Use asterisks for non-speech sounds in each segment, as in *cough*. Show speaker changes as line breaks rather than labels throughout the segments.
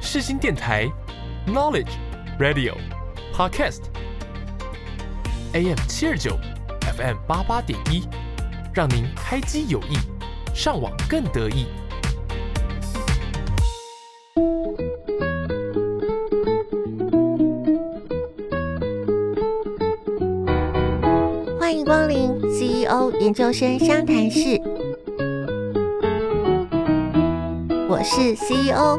世新电台 Knowledge Radio Podcast AM 七二九 FM 八八点一，让您开机有意，上网更得意。
欢迎光临 CEO 研究生商谈室，我是 CEO，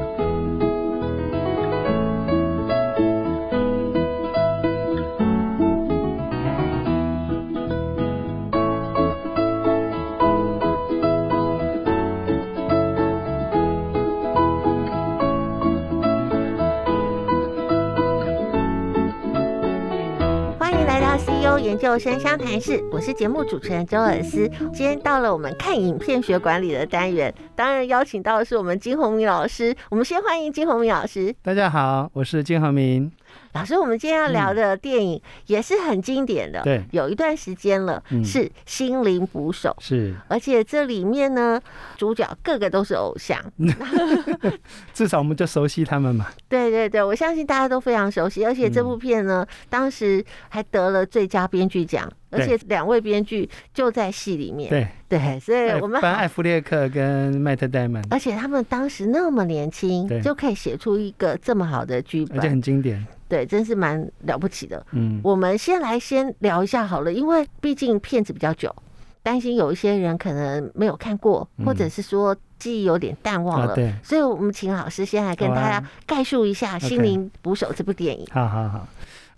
欢迎来到 CEO 研究生商谈室，我是节目主持人周尔思。今天到了我们看影片学管理的单元，当然邀请到的是我们金宏明老师。我们先欢迎金宏明老师。
大家好，我是金浩明。
老师，我们今天要聊的电影也是很经典的，
对
有一段时间了，
嗯
是《心灵捕手》。
是，
而且这里面呢，主角个个都是偶像，
嗯至少我们就熟悉他们嘛。
对对对，我相信大家都非常熟悉，而且这部片呢，当时还得了最佳编剧奖，而
嗯对
且两位编剧就在戏里面，
对，
对，所以我们
班
好哎
艾弗列克跟麦特戴曼，
而且他们当时那么年轻，
对
就可以写出一个这么好的剧
而且
本，
很经典。
对，真是蛮了不起的。
嗯，
我们先来先聊一下好了，因为毕竟片子比较久，担心有一些人可能没有看过，
嗯
或者是说记忆有点淡忘了。
啊对
所以我们请老师先来跟
好
大
啊
家概述一下《
OK
心灵捕手》这部电影。
好好好。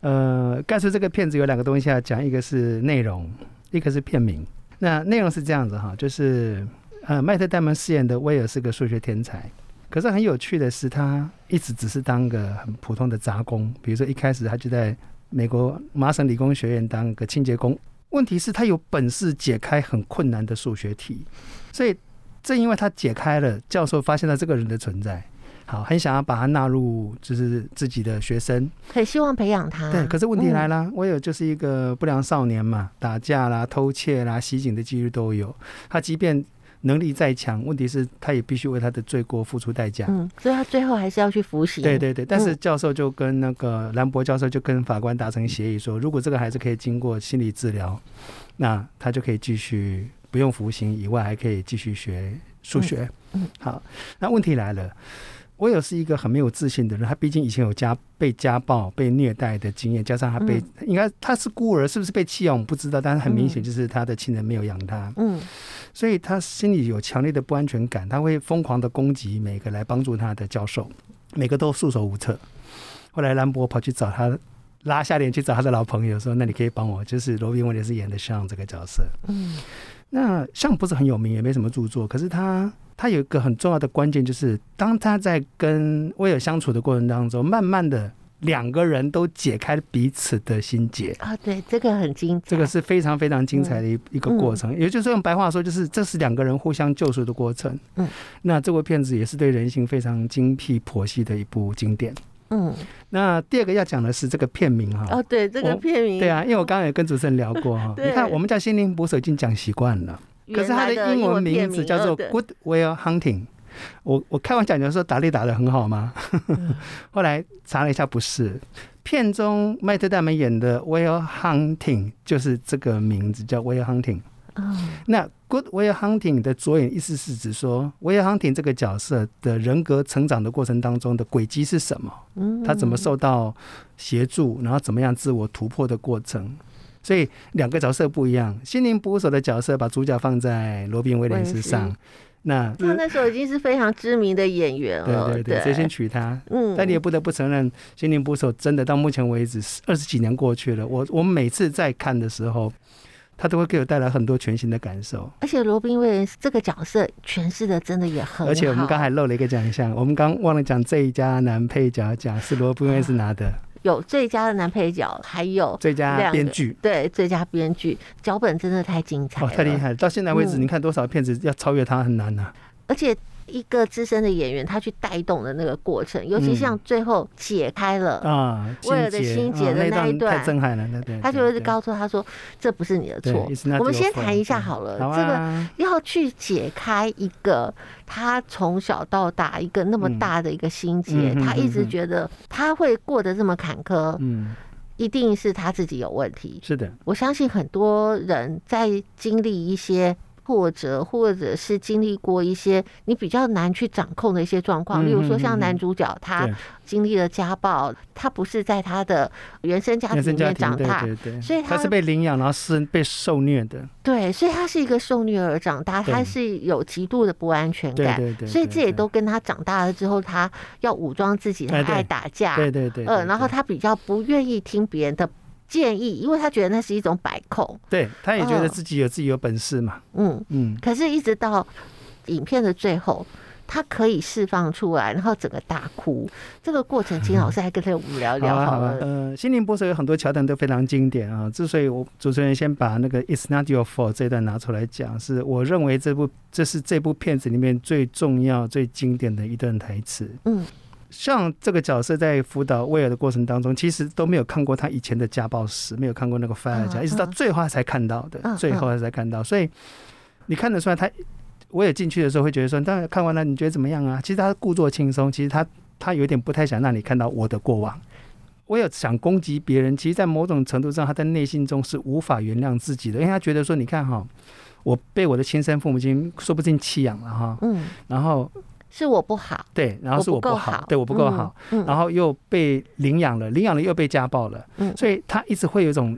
呃，盖茨这个片子有两个东西要讲，一个是内容，一个是片名。那内容是这样子哈，就是呃，麦特戴蒙饰演的威尔是个数学天才，可是很有趣的是，他一直只是当个很普通的杂工，比如说一开始他就在美国麻省理工学院当个清洁工。问题是，他有本事解开很困难的数学题，所以正因为他解开了，教授发现了这个人的存在，好，很想要把他纳入就是自己的学生，
很希望培养他。嗯
对，可是问题来
了，
啦，威尔就是一个不良少年嘛，打架啦、偷窃啦、袭警的几率都有。他即便能力再强，问题是他也必须为他的罪过付出代价。
嗯，所以他最后还是要去服刑。
对对对，但是
嗯
教授就跟那个兰博教授就跟法官达成协议说，如果这个孩子可以经过心理治疗，那他就可以继续不用服刑以外，还可以继续学数学。
嗯嗯
好，那问题来了。威尔是一个很没有自信的人，他毕竟以前有家被家暴、被虐待的经验，加上他被、
嗯
应该他是孤儿，是不是被弃养我们不知道，但是很明显就是他的亲人没有养他。
嗯
所以他心里有强烈的不安全感，他会疯狂的攻击每个来帮助他的教授，每个都束手无策。后来兰博跑去找他，拉下脸去找他的老朋友说：“那你可以帮我，就是罗宾威廉斯演的像这个角色。
嗯，”
那像不是很有名，也没什么著作，可是他他有一个很重要的关键，就是当他在跟威尔相处的过程当中，慢慢的两个人都解开彼此的心结。
啊，对，这个很精彩。
这个是非常非常精彩
嗯
的一一个过程，也就是用白话说，就是这是两个人互相救赎的过程。
嗯，
那这部片子也是对人性非常精辟剖析的一部经典。
嗯，
那第二个要讲的是这个片名哈、
哦，对，这个
我
片名，
对，啊，因为我刚刚也跟主持人聊过哈、
*laughs* 对
你看我们叫心灵捕手已经讲习惯了，可是它
的
英文
片
名嗯字叫
哦
做
对
Good Will Hunting。我我开玩笑讲说打猎打得很好吗？ *laughs* 后来查了一下，不是。片中麦特戴蒙演的 Will Hunting 就是这个名字叫 Will Hunting。
嗯
那 Good Will Hunting 的着眼意思是指说，Will Hunting 这个角色的人格成长的过程当中的轨迹是什么？
嗯
他怎么受到协助，然后怎么样自我突破的过程。所以两个角色不一样，心灵捕手的角色把主角放在罗宾威廉斯
威廉
上，那
他那时候已经是非常知名的演员了，
对对对，谁先娶她？
嗯，
但你也不得不承认，《心灵捕手》真的到目前为止二十几年过去了，我我每次在看的时候，他都会给我带来很多全新的感受。
而且罗宾威廉斯这个角色诠释的真的也很好，
而且我们刚才漏了一个奖项，我们刚忘了讲这一家男配角奖是罗宾威斯拿的，
有最佳的男配角，还有
最佳
两个
编剧。
对最佳编剧，脚本真的太精彩
哦，
了，
太厉害了！到现在为止，
嗯
你看多少片子要超越他很难呐、啊
而且一个资深的演员，他去带动的那个过程，尤其
嗯
像最后解开嗯了，
啊！
威尔的心结
啊
的那
那
一段
太震撼了，对对。
他就
对
是告诉他说：“这不是你的
对
错。
it's ” not
我们
your
先谈
fault，
一下
对
好了，
好
这个
啊
要去解开一个他从小到大一个那么
嗯
大的一个心结，
嗯哼
他一直
嗯哼
觉得他会过得这么坎坷，
嗯，
一定是他自己有问题。
是的，
我相信很多人在经历一些挫折，或者是经历过一些你比较难去掌控的一些状况，
嗯
例如说
嗯
像
嗯
男主角他
对
经历了家暴，他不是在他的原生家庭
原
里
生家
面
庭，
长
对
大，
对对，
所以
他
他
是被领养，然后是被受虐的，
对，所以他是一个受虐儿长大，
对
他是有极度的不安全
对
感，
对对，
所以
对
这也
对
都跟他长大了之后，他要武装自己，他
哎对
爱打架，
对对对，
呃，
对
然后
对
他比较不愿意听别人的建议，因为他觉得那是一种摆控，
对，他也觉得
嗯
自己有自己有本事嘛，
嗯。
嗯，
可是，一直到影片的最后，他可以释放出来，然后整个大哭。这个过程，金老师还跟他我们聊一聊
*laughs* 好啊
好
好啊
了。，
呃，心灵波手有很多桥段都非常经典啊。之所以我主持人先把那个 "It's not your fault" 这一段拿出来讲，是我认为这部这是这部片子里面最重要、最经典的一段台词。
嗯，
像这个角色在辅导威尔的过程当中，其实都没有看过他以前的家暴史，没有看过那个 fire 家，
嗯
一直到最后他才看到的，
嗯
最后他才看到，所以你看得出来他。我也进去的时候会觉得说，当然看完了你觉得怎么样啊？其实他故作轻松，其实他他有点不太想让你看到我的过往。我有想攻击别人，其实，在某种程度上，他在内心中是无法原谅自己的，因为他觉得说，你看哈、我被我的亲生父母亲说不定弃养了哈、
嗯，
然后
是我不好，
对，然后是我不
够
好，对我不够好，。
嗯，
然
后
后又被领养了，领养了又被家暴了，
嗯
所以他一直会有一种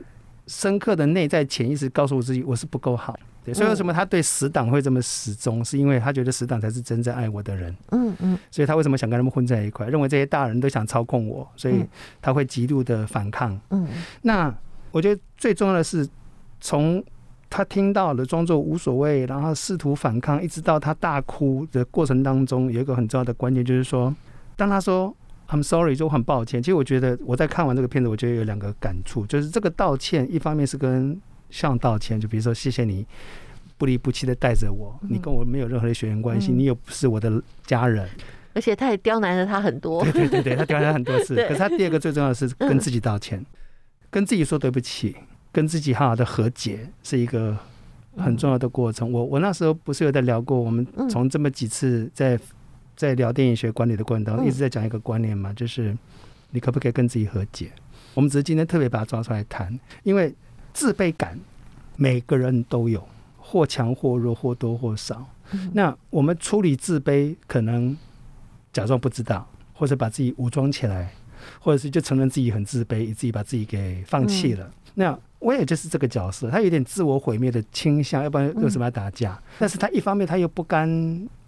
深刻的内在潜意识告诉我自己，我是不够好。对，所
嗯
以为什么他对死党会这么死忠，是因为他觉得死党才是真正爱我的人。
嗯嗯
所以他为什么想跟他们混在一块？认为这些大人都想操控我，所以
嗯
他会极度的反抗。
嗯
那我觉得最重要的是，从他听到了装作无所谓，然后试图反抗，一直到他大哭的过程当中，有一个很重要的关键，就是说，当他说 “I'm sorry”，就很抱歉。其实我觉得我在看完这个片子，我觉得有两个感触，就是这个道歉，一方面是跟向道歉，就比如说谢谢你。不离不弃的带着我，你跟我没有任何的血缘关系，
嗯
你也不是我的家人，
而且他也刁难了他很多
对。对对对，他刁难很多
*laughs*
次。
对嗯
可是他第二个最重要的是跟自己道歉，跟自己说对不起，跟自己好好的和解，是一个很重要的过程。我我那时候不是有在聊过，我们
嗯
从这么几次在在聊电影学管理的过程当中，
嗯
一直在讲一个观念嘛，就是你可不可以跟自己和解？我们只是今天特别把它抓出来谈，因为自卑感每个人都有，或强或弱，或多或少。
嗯
那我们处理自卑，可能假装不知道，或者把自己武装起来，或者是就承认自己很自卑，自己把自己给放弃了。那我也就是这个角色，他有点自我毁灭的倾向，要不然为什么要打架？但是他一方面他又不甘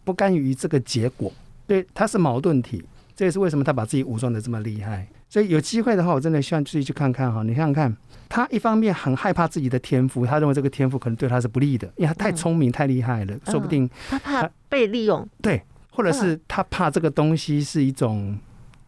不甘于这个结果，对，他是矛盾体，这也是为什么他把自己武装的这么厉害。所以有机会的话，我真的希望自己去看看哈。你想想看，他一方面很害怕自己的天赋，他认为这个天赋可能对他是不利的，因为他太聪明、太厉害了，说不定 *laughs*
他怕被利用，
对，或者是他怕这个东西是一种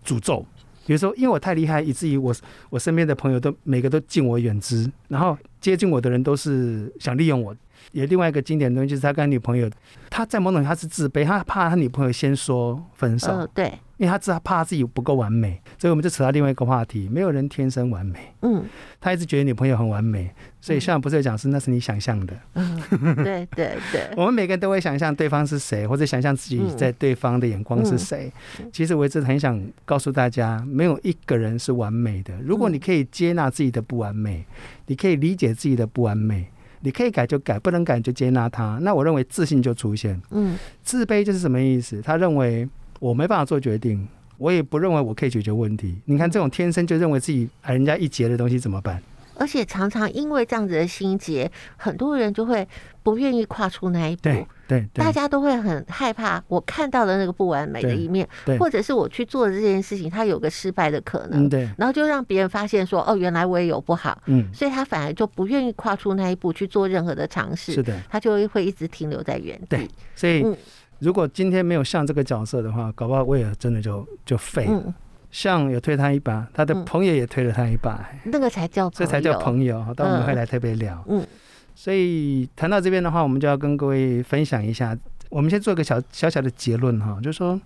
诅咒。比如说，因为我太厉害，以至于我我身边的朋友都每个都敬我远之，然后接近我的人都是想利用我。有另外一个经典的东西就是他跟他女朋友，他在某种程度他是自卑，他怕他女朋友先说分手，
嗯，对，
因为他知道怕自己不够完美，所以我们就扯到另外一个话题，没有人天生完美，
嗯
*laughs* 他一直觉得女朋友很完美，所以像不是有讲是那是你想象的，
嗯，对对对，
我们每个人都会想象对方是谁，或者想象自己在对方的眼光是谁。其实我一直很想告诉大家，没有一个人是完美的。如果你可以接纳自己的不完美，你可以理解自己的不完美，你可以改就改，不能改就接纳它。那我认为自信就出现。
嗯
自卑就是什么意思？他认为我没办法做决定，我也不认为我可以解决问题。你看，这种天生就认为自己啊矮人家一截的东西怎么办？
而且常常因为这样子的心结，很多人就会不愿意跨出那一步。
对对对
嗯大家都会很害怕，我看到了那个不完美的
对
一面，
对，
或者是我去做的这件事情，它有个失败的可能，
嗯对，
然后就让别人发现说，哦，原来我也有不好，
嗯
所以他反而就不愿意跨出那一步去做任何的尝
是
试，
的。
他就会一直停留在原
对
地。
所以
嗯
如果今天没有像这个角色的话，搞不好威尔真的就就废了。
嗯，
像有推他一把，他的
嗯
朋友也推了他一把、哎
那个才叫朋
这
友，
才叫朋友。但我们会来特别聊。
嗯
所以谈到这边的话，我们就要跟各位分享一下，我们先做个小小小的结论哈，就是说，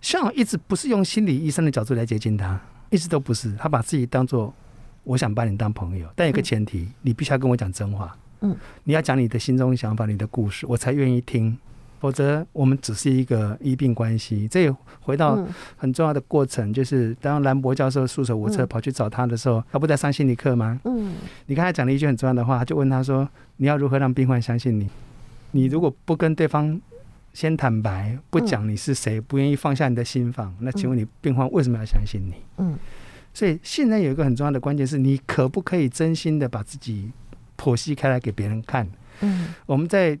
像一直不是用心理医生的角度来接近他，一直都不是，他把自己当做我想把你当朋友，但有个
嗯
前提，你必须要跟我讲真话，
嗯，
你要讲你的心中想法、你的故事，我才愿意听。否则，我们只是一个医病关系。这也回到
嗯
很重要的过程，就是当兰博教授束手无策
嗯
跑去找他的时候，他不在上心理课吗？
嗯
你刚才讲了一句很重要的话，他就问他说：“你要如何让病患相信你？你如果不跟对方先坦白，不讲你是谁，不愿意放下你的心房，那请问你病患为什么要相信你？”
嗯
所以信任有一个很重要的关键是你可不可以真心的把自己剖析开来给别人看。
嗯
我们在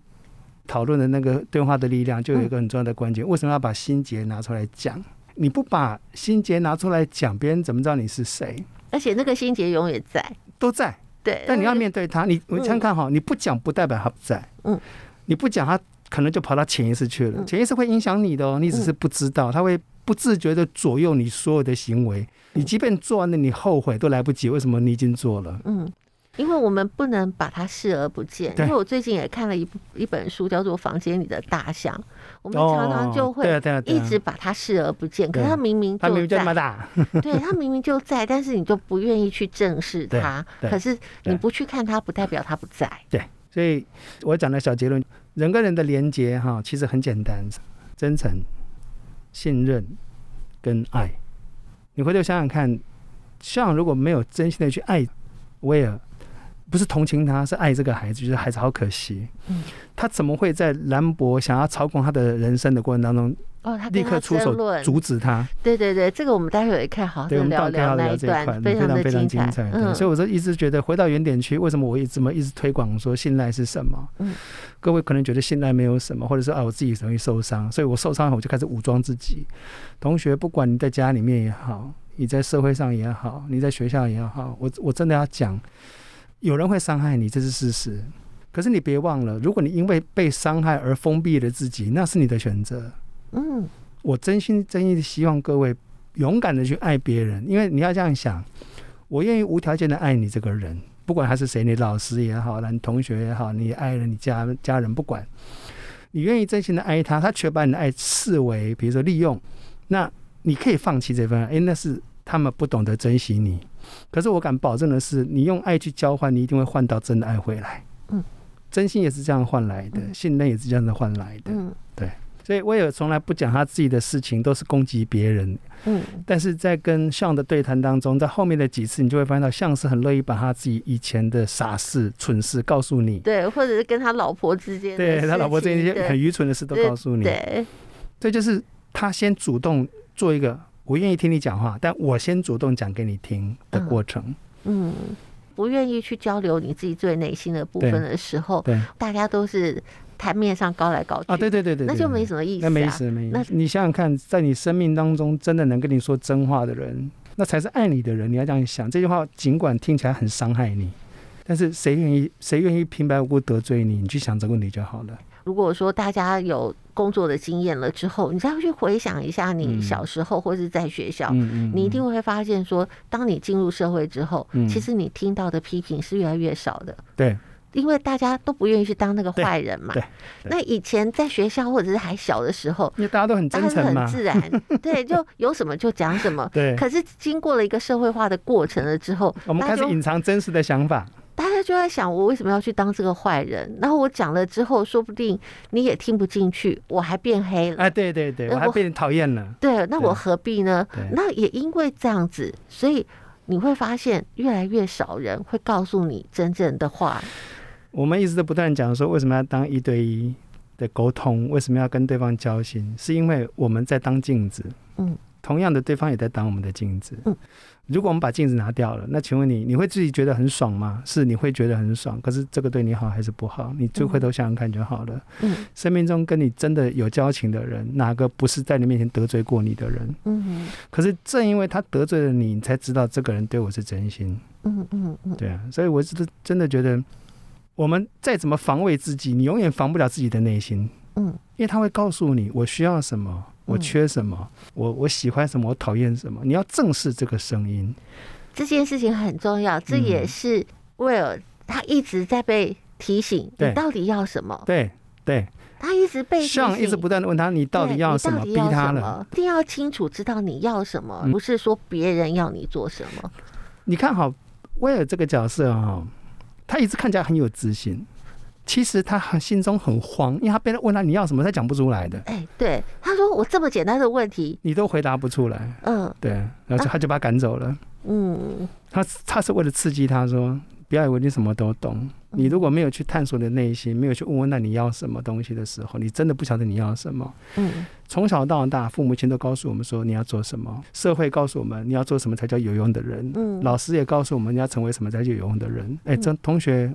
讨论的那个对话的力量，就有一个很重要的关键：为什么要把心结拿出来讲？你不把心结拿出来讲，别人怎么知道你是谁？
而且那个心结永远在，
都在。
对。
但你要面对他，你我
嗯
想想看哈，你不讲不代表他不在，
嗯，
你不讲他可能就跑到潜意识去了，
嗯
潜意识会影响你的哦，你只是不知道，他会不自觉的左右你所有的行
嗯
为，你即便做完了，你后悔都来不及，为什么你已经做了？
嗯，因为我们不能把它视而不见。因
对
为我最近也看了一部一本书，叫做《房间里的大象》，我们常常就
哦、对啊
会
对啊对
一
啊，
直把它视而不见，可
对
是它明明
他明
就
明就那么
在，
大，
对，它明明就在，但是你就不愿意去正视
对
它。
对
可是你
对
不去看它，不代表它不在。
对，所以我讲的小结论，人跟人的连接哈，其实很简单，真诚、信任跟爱。你回头想想看，像如果没有真心的去爱威尔，不是同情他，是爱这个孩子，就是孩子好可惜。
嗯
他怎么会在兰博想要操控他的人生的过程当中，
哦，他跟
立
他
刻出手
争论，
阻止他？
对对对，这个我们待会儿也看，好好
对，我们
聊
到
聊
要
那
聊
一
这一块
段，，
非
常的
非常精
彩。
彩。对，
嗯，
所以我就一直觉得回到原点去，为什么我一直么一直推广说信赖是什么？
嗯，
各位可能觉得信赖没有什么，或者说啊我自己容易受伤，所以我受伤后我就开始武装自己。同学，不管你在家里面也好，你在社会上也好，你在学校也好，我我真的要讲，有人会伤害你，这是事实。可是你别忘了，如果你因为被伤害而封闭了自己，那是你的选择。
嗯
我真心真意的希望各位勇敢的去爱别人，因为你要这样想，我愿意无条件的爱你这个人，不管他是谁，你老师也好啦，你同学也好，你爱人、你家家人，不管你愿意真心的爱他，他却把你的爱视为比如说利用，那你可以放弃这份爱，诶，那是他们不懂得珍惜你。可是我敢保证的是，你用爱去交换，你一定会换到真的爱回来。
嗯，
真心也是这样换来的，
嗯
信任也是这样子换来的。
嗯
所以威尔从来不讲他自己的事情，都是攻击别人。
嗯
但是在跟向的对谈当中，在后面的几次，你就会发现到向是很乐意把他自己以前的傻事、蠢事告诉你，
对，或者是跟他老婆之间的事情，
对他老婆这些
对
很愚蠢的事都告诉你。
对，
这就是他先主动做一个我愿意听你讲话，但我先主动讲给你听的过程。
嗯，不愿意去交流你自己最内心的部分
对
的时候，
对
大家都是台面上高来高去，
啊，对对对对，
哦那就没
么
什么意思、啊，
那没意思，没意
那
思。你想想看，在你生命当中真的能跟你说真话的人，那才是爱你的人。你要这样想，这句话尽管听起来很伤害你，但是谁愿意谁愿意平白无故得罪你？你去想这个问题就好了。
如果说大家有工作的经验了之后，你再去回想一下你
嗯
小时候或是在学校。
嗯嗯，
你一定会发现说当你进入社会之后，
嗯
其实你听到的批评是越来越少的，
对
因为大家都不愿意去当那个坏人嘛
对。对
那以前在学校或者是还小的时候，
因为大家都很
大家
真
是
诚
很
嘛，
自然，
*laughs*
对，就有什么就讲什么。
对，
可是经过了一个社会化的过程了之后，
我们
大
开
家
始
就
隐藏真实的想法。
大家就在想，我为什么要去当这个坏人？然后我讲了之后，说不定你也听不进去，我还变黑了。
哎，对对对，
那
我还
我
被人讨厌了。
对，那
对
我何必呢
对？
那也因为这样子，所以你会发现越来越少人会告诉你真正的话。
我们一直都不断讲说，为什么要当一对一的沟通？为什么要跟对方交心？是因为我们在当镜子，
嗯，
同样的，对方也在当我们的镜子，
嗯。
如果我们把镜子拿掉了，那请问你，你会自己觉得很爽吗？是，你会觉得很爽，可是这个对你好还是不好？你就回头想想看就好了。
嗯
生命中跟你真的有交情的人，哪个不是在你面前得罪过你的人？
嗯
可是正因为他得罪了你，你才知道这个人对我是真心。
嗯嗯嗯，
对啊，所以我是真的觉得，我们再怎么防卫自己，你永远防不了自己的内心。
嗯，
因为他会告诉你我需要什么，我缺什么，我我喜欢什么，我讨厌什么，你要正视这个声音。
这件事情很重要，这
嗯
也是威尔他一直在被提醒，
对
你到底要什么？
对对，
他一直被提
上
醒，
一直不断的问他你到
对
底
你
要
要
什么，逼
什
他
么
了。，
一定要清楚知道你要什么，
嗯
不是说别人要你做什么。
你看好威尔这个角色啊、他一直看起来很有自信，其实他很心中很慌，因为他被人问他你要什么，他讲不出来的，
哎，对，他说我这么简单的问题，
你都回答不出来。
嗯
对，然后就他就把他赶走了。
嗯，
他他是为了刺激他说，不要以为你什么都懂。你如果没有去探索你的内心，没有去问问那你要什么东西的时候，你真的不晓得你要什么。
嗯，
从小到大，父母亲都告诉我们说你要做什么，社会告诉我们你要做什么才叫有用的人，
嗯
老师也告诉我们你要成为什么才叫有用的人。哎，真同学，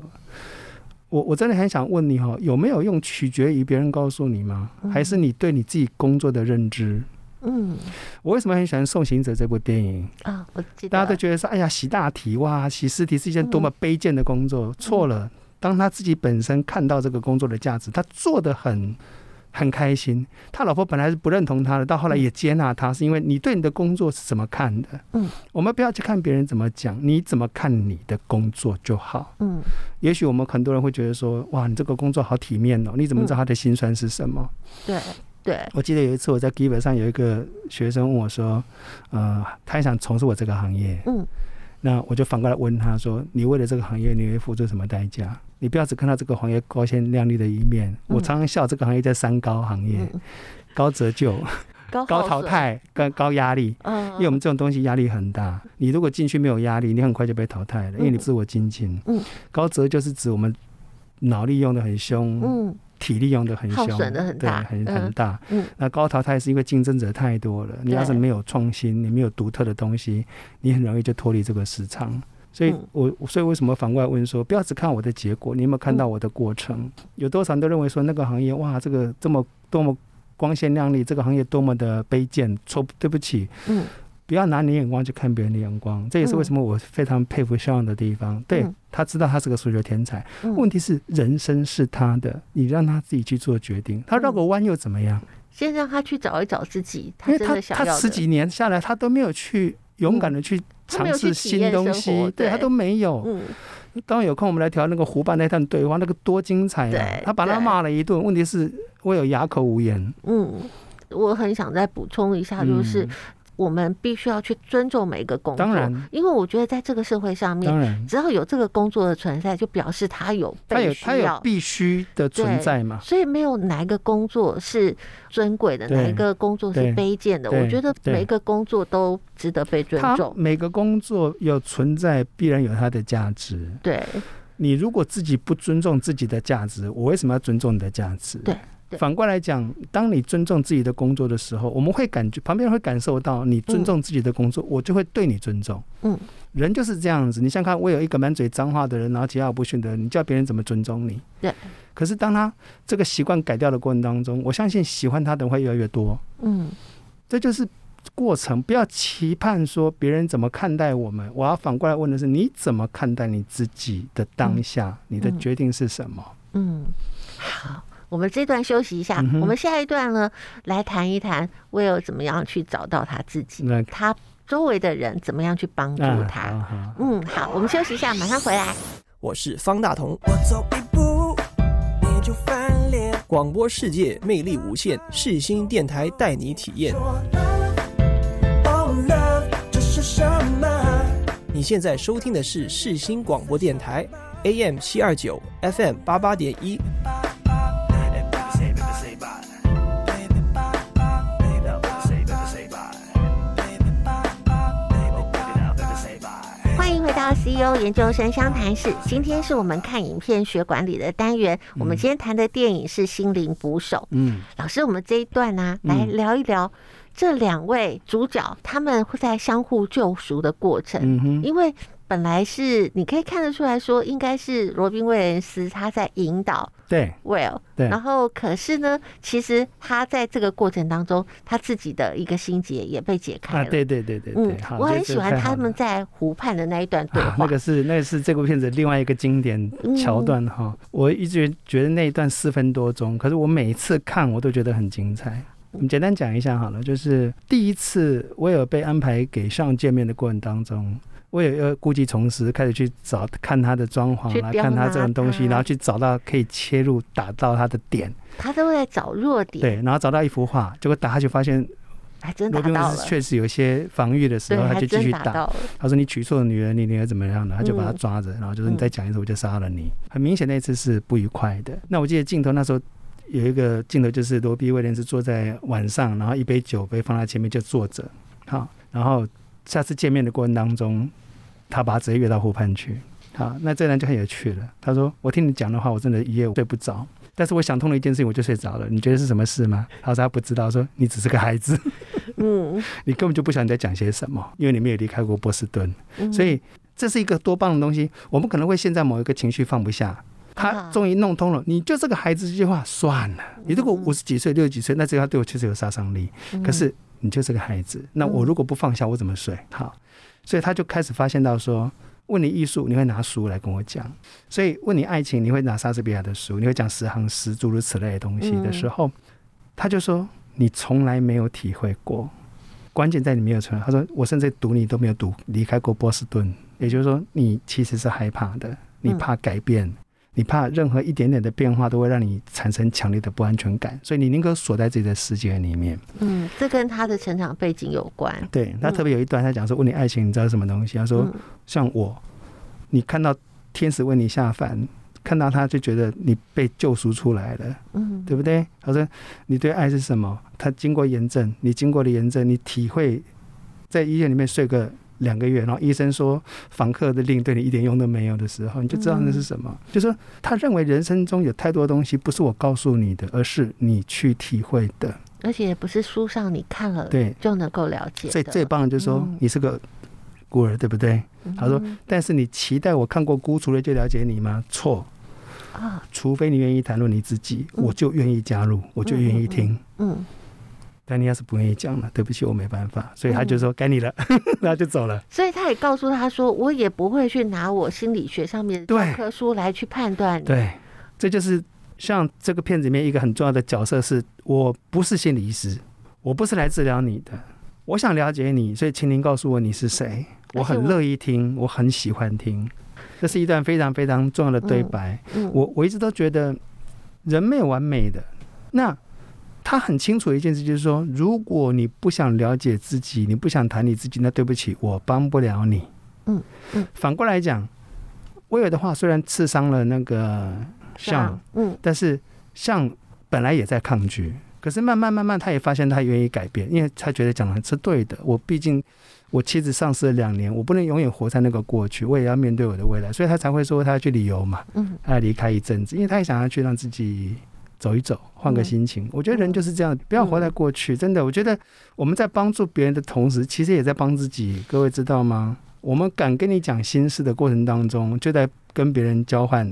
我我真的很想问你哈、有没有用取决于别人告诉你吗？还是你对你自己工作的认知？
嗯
我为什么很喜欢《送行者》这部电影？
啊，我记得
大家都觉得说，哎呀，洗大题哇，洗尸体是一件多么卑贱的工作。错了，当他自己本身看到这个工作的价值，他做的很很开心。他老婆本来是不认同他的，到后来也接纳他，是因为你对你的工作是怎么看的？
嗯，
我们不要去看别人怎么讲，你怎么看你的工作就好。
嗯
也许我们很多人会觉得说，哇，你这个工作好体面哦，你怎么知道他的辛酸是什么？
对对，
我记得有一次我在 g i v e 上有一个学生问我说，呃，他也想从事我这个行业，
嗯
那我就反过来问他说：“你为了这个行业，你会付出什么代价？你不要只看到这个行业光鲜亮丽的一面。
嗯
我常常笑这个行业叫三高行业：
嗯，哦
高折旧、
高
高
耗
淘
损，
汰、跟高压力。
嗯，
因为我们这种东西压力很大，你如果进去没有压力，你很快就被淘汰了，因为你自我精进。
嗯
高折就是指我们脑力用的很凶，
嗯
体力用的很
耗
凶，
损得很大
对，很
嗯
很大。
嗯
那高淘汰是因为竞争者太多了，你要是
对
没有创新，你没有独特的东西，你很容易就脱离这个市场。所以
嗯
我，所以为什么反过来问说，不要只看我的结果，你有没有看到我的过程？
嗯
有多少人都认为说那个行业哇，这个这么多么光鲜亮丽，这个行业多么的卑贱，错对不起，
嗯
不要拿你眼光去看别人的眼光，这也是为什么我非常佩服肖央的地方。对
嗯
他知道他是个数学天才，
嗯
问题是人生是他的，你让他自己去做决定，他
嗯
绕个弯又怎么样？
先让他去找一找自己，他
因为
真
他
的想
他
要的。
十几年下来，他都没有去勇敢的去
他没
尝
有
试
去体
新
验
东
生
西，
活
对他
对
都没有。
嗯，
当然有空我们来调那个胡办那段对话，那个多精彩啊
对！
他把他
对
骂了一顿，问题是我有哑口无言。
嗯，我很想再补充一下，就是
嗯
我们必须要去尊重每一个工作，
当然
因为我觉得在这个社会上面
当，然，
只要有这个工作的存在，就表示他有
他有
被
他
需
有
要。
必须的存
对
在嘛？
所以没有哪一个工作是尊贵的，
对
哪一个工作是
对
卑贱的。
对
我觉得
对
每一个工作都值得被尊
他
重。
每个工作有存在，必然有它的价值。
对
你如果自己不尊重自己的价值，我为什么要尊重你的价值？
对对
反过来讲，当你尊重自己的工作的时候，我们会感觉旁边人会感受到你尊重自己的工作，我就会对你尊重。
嗯，
人就是这样子。你想想看，我有一个满嘴脏话的人，然后桀骜不驯的人，你叫别人怎么尊重你？
对。
可是当他这个习惯改掉的过程当中，我相信喜欢他的人会越来越多。
嗯
这就是过程，不要期盼说别人怎么看待我们。我要反过来问的是，你怎么看待你自己的当下？你的决定是什么？
嗯，好，我们这段休息一下，
嗯哼
我们下一段呢来谈一谈威尔怎么样去找到他自己，
那
他周围的人怎么样去帮助
啊，
他。
好好
嗯，好，我们休息一下，马上回来。
我是方大同，
我走一步，你就翻脸。
广播世界魅力无限，世新电台带你体验。
说 love, oh love，这是什么？
你现在收听的是世新广播电台，AM 七二九，FM 八八点一。
欢迎回到 CEO 研究生湘潭市，今天是我们看影片学管理的单元。我们今天谈的电影是《心灵捕手》。
嗯，
老师，我们这一段呢、
嗯
来聊一聊这两位主角他们会在相互救赎的过程，
嗯哼，
因为。本来是你可以看得出来说，应该是罗宾威廉斯他在引导
对
Will，
对
然后可是呢，其实他在这个过程当中，他自己的一个心结也被解开
啊，
了。
对对对对
嗯
对，好，
我
这
很
这
喜欢
太好
他们
了
在湖畔的那一段对嗯
啊
话。，
那个是那个是这部片子另外一个经典桥段哈、我一直觉得那一段四分多钟，可是我每一次看我都觉得很精彩。我们简单讲一下好了，就是第一次威尔被安排给上见面的过程当中，威尔要故技重施，开始去找看他的装潢
去
啦，
刁
看他
难
这种东西，
他嗯
然后去找到可以切入打到他的点，
他都在找弱点，
对，然后找到一幅画，结果打下去发现
还真
罗
打
宾
到
威
了
斯，确实有一些防御的时
对，
候，他
还
就继
真
续
打
打
到。了，
他说你娶错女人，你女儿怎么样了？他就把他
嗯
抓着，然后就说
嗯
你再讲一次我就杀了你。很明显那一次是不愉快的。那我记得镜头那时候。有一个镜头就是罗宾威廉斯坐在晚上，然后一杯酒杯放在前面就坐着，好，然后下次见面的过程当中，他把他直接约到湖畔去，好，那这人就很有趣了。他说：“我听你讲的话，我真的一夜睡不着，但是我想通了一件事情，我就睡着了。你觉得是什么事
*laughs*
吗？”他说：“他不知道，说你只是个孩子，
嗯，
*laughs* 你根本就不晓得你在讲些什么，因为你没有离开过波士顿。”
嗯
所以这是一个多棒的东西。我们可能会现在某一个情绪放不下，他
啊嗯
终于弄通了，你就这个孩子这句话算了。你如果五十几岁、六十几岁，那这句话对我确实有杀伤力。可是你就这个孩子，那
嗯
我如果不放下，我怎么睡？好，所以他就开始发现到说。问你艺术，你会拿书来跟我讲；所以问你爱情，你会拿莎士比亚的书，你会讲十行诗，诸如此类的东西的时候，他就说你从来没有体会过。关键在你没有存。他说我甚至读你都没有读离开过波士顿，也就是说你其实是害怕的，你怕改变，你怕任何一点点的变化都会让你产生强烈的不安全感，所以你宁可锁在自己的世界里面。
嗯，这跟他的成长背景有关。
对他特别有一段他讲说问你爱情你知道是什么东西？他说
嗯
像我，你看到天使为你下凡。看到他就觉得你被救赎出来了，
嗯，
对不对？他说你对爱是什么？他经过炎症，你经过了炎症，你体会在医院里面睡个两个月，然后医生说访客的令对你一点用都没有的时候，你就知道那是什么。就说他认为人生中有太多东西不是我告诉你的，而是你去体会的。
而且也不是书上你看了
对
就能够了解的。
所以最棒的就是说
嗯
你是个孤儿，对不对？他说
嗯
但是你期待我看过《孤雏类就了解你吗？错，
啊，
除非你愿意谈论你自己，
嗯
我就愿意加入，我就愿意听。
嗯，
但你要是不愿意讲了，对不起，我没办法，所以他就
嗯
说该你了， *laughs* 然后就走了。
所以他也告诉他说，我也不会去拿我心理学上面的
对
教科书来去判断你。
对，这就是像这个片子里面一个很重要的角色是，我不是心理医师，我不是来治疗你的，我想了解你，所以请您告诉我你是谁，我很乐意听，我很喜欢听。这是一段非常非常重要的对白。
嗯，
我我一直都觉得人没有完美的，那他很清楚一件事，就是说，如果你不想了解自己，你不想谈你自己，那对不起，我帮不了你。
嗯嗯
反过来讲，威尔的话虽然刺伤了那个
是啊
像，
嗯
但是像本来也在抗拒，可是慢慢慢慢，他也发现他愿意改变，因为他觉得讲的是对的。我毕竟我妻子丧失了两年，我不能永远活在那个过去，我也要面对我的未来，所以他才会说他要去旅游嘛。
嗯，
他离开一阵子，因为他也想要去让自己走一走，换个心情。我觉得人就是这样，不要活在过去。真的，我觉得我们在帮助别人的同时，其实也在帮自己。各位知道吗？我们敢跟你讲心事的过程当中，就在跟别人交换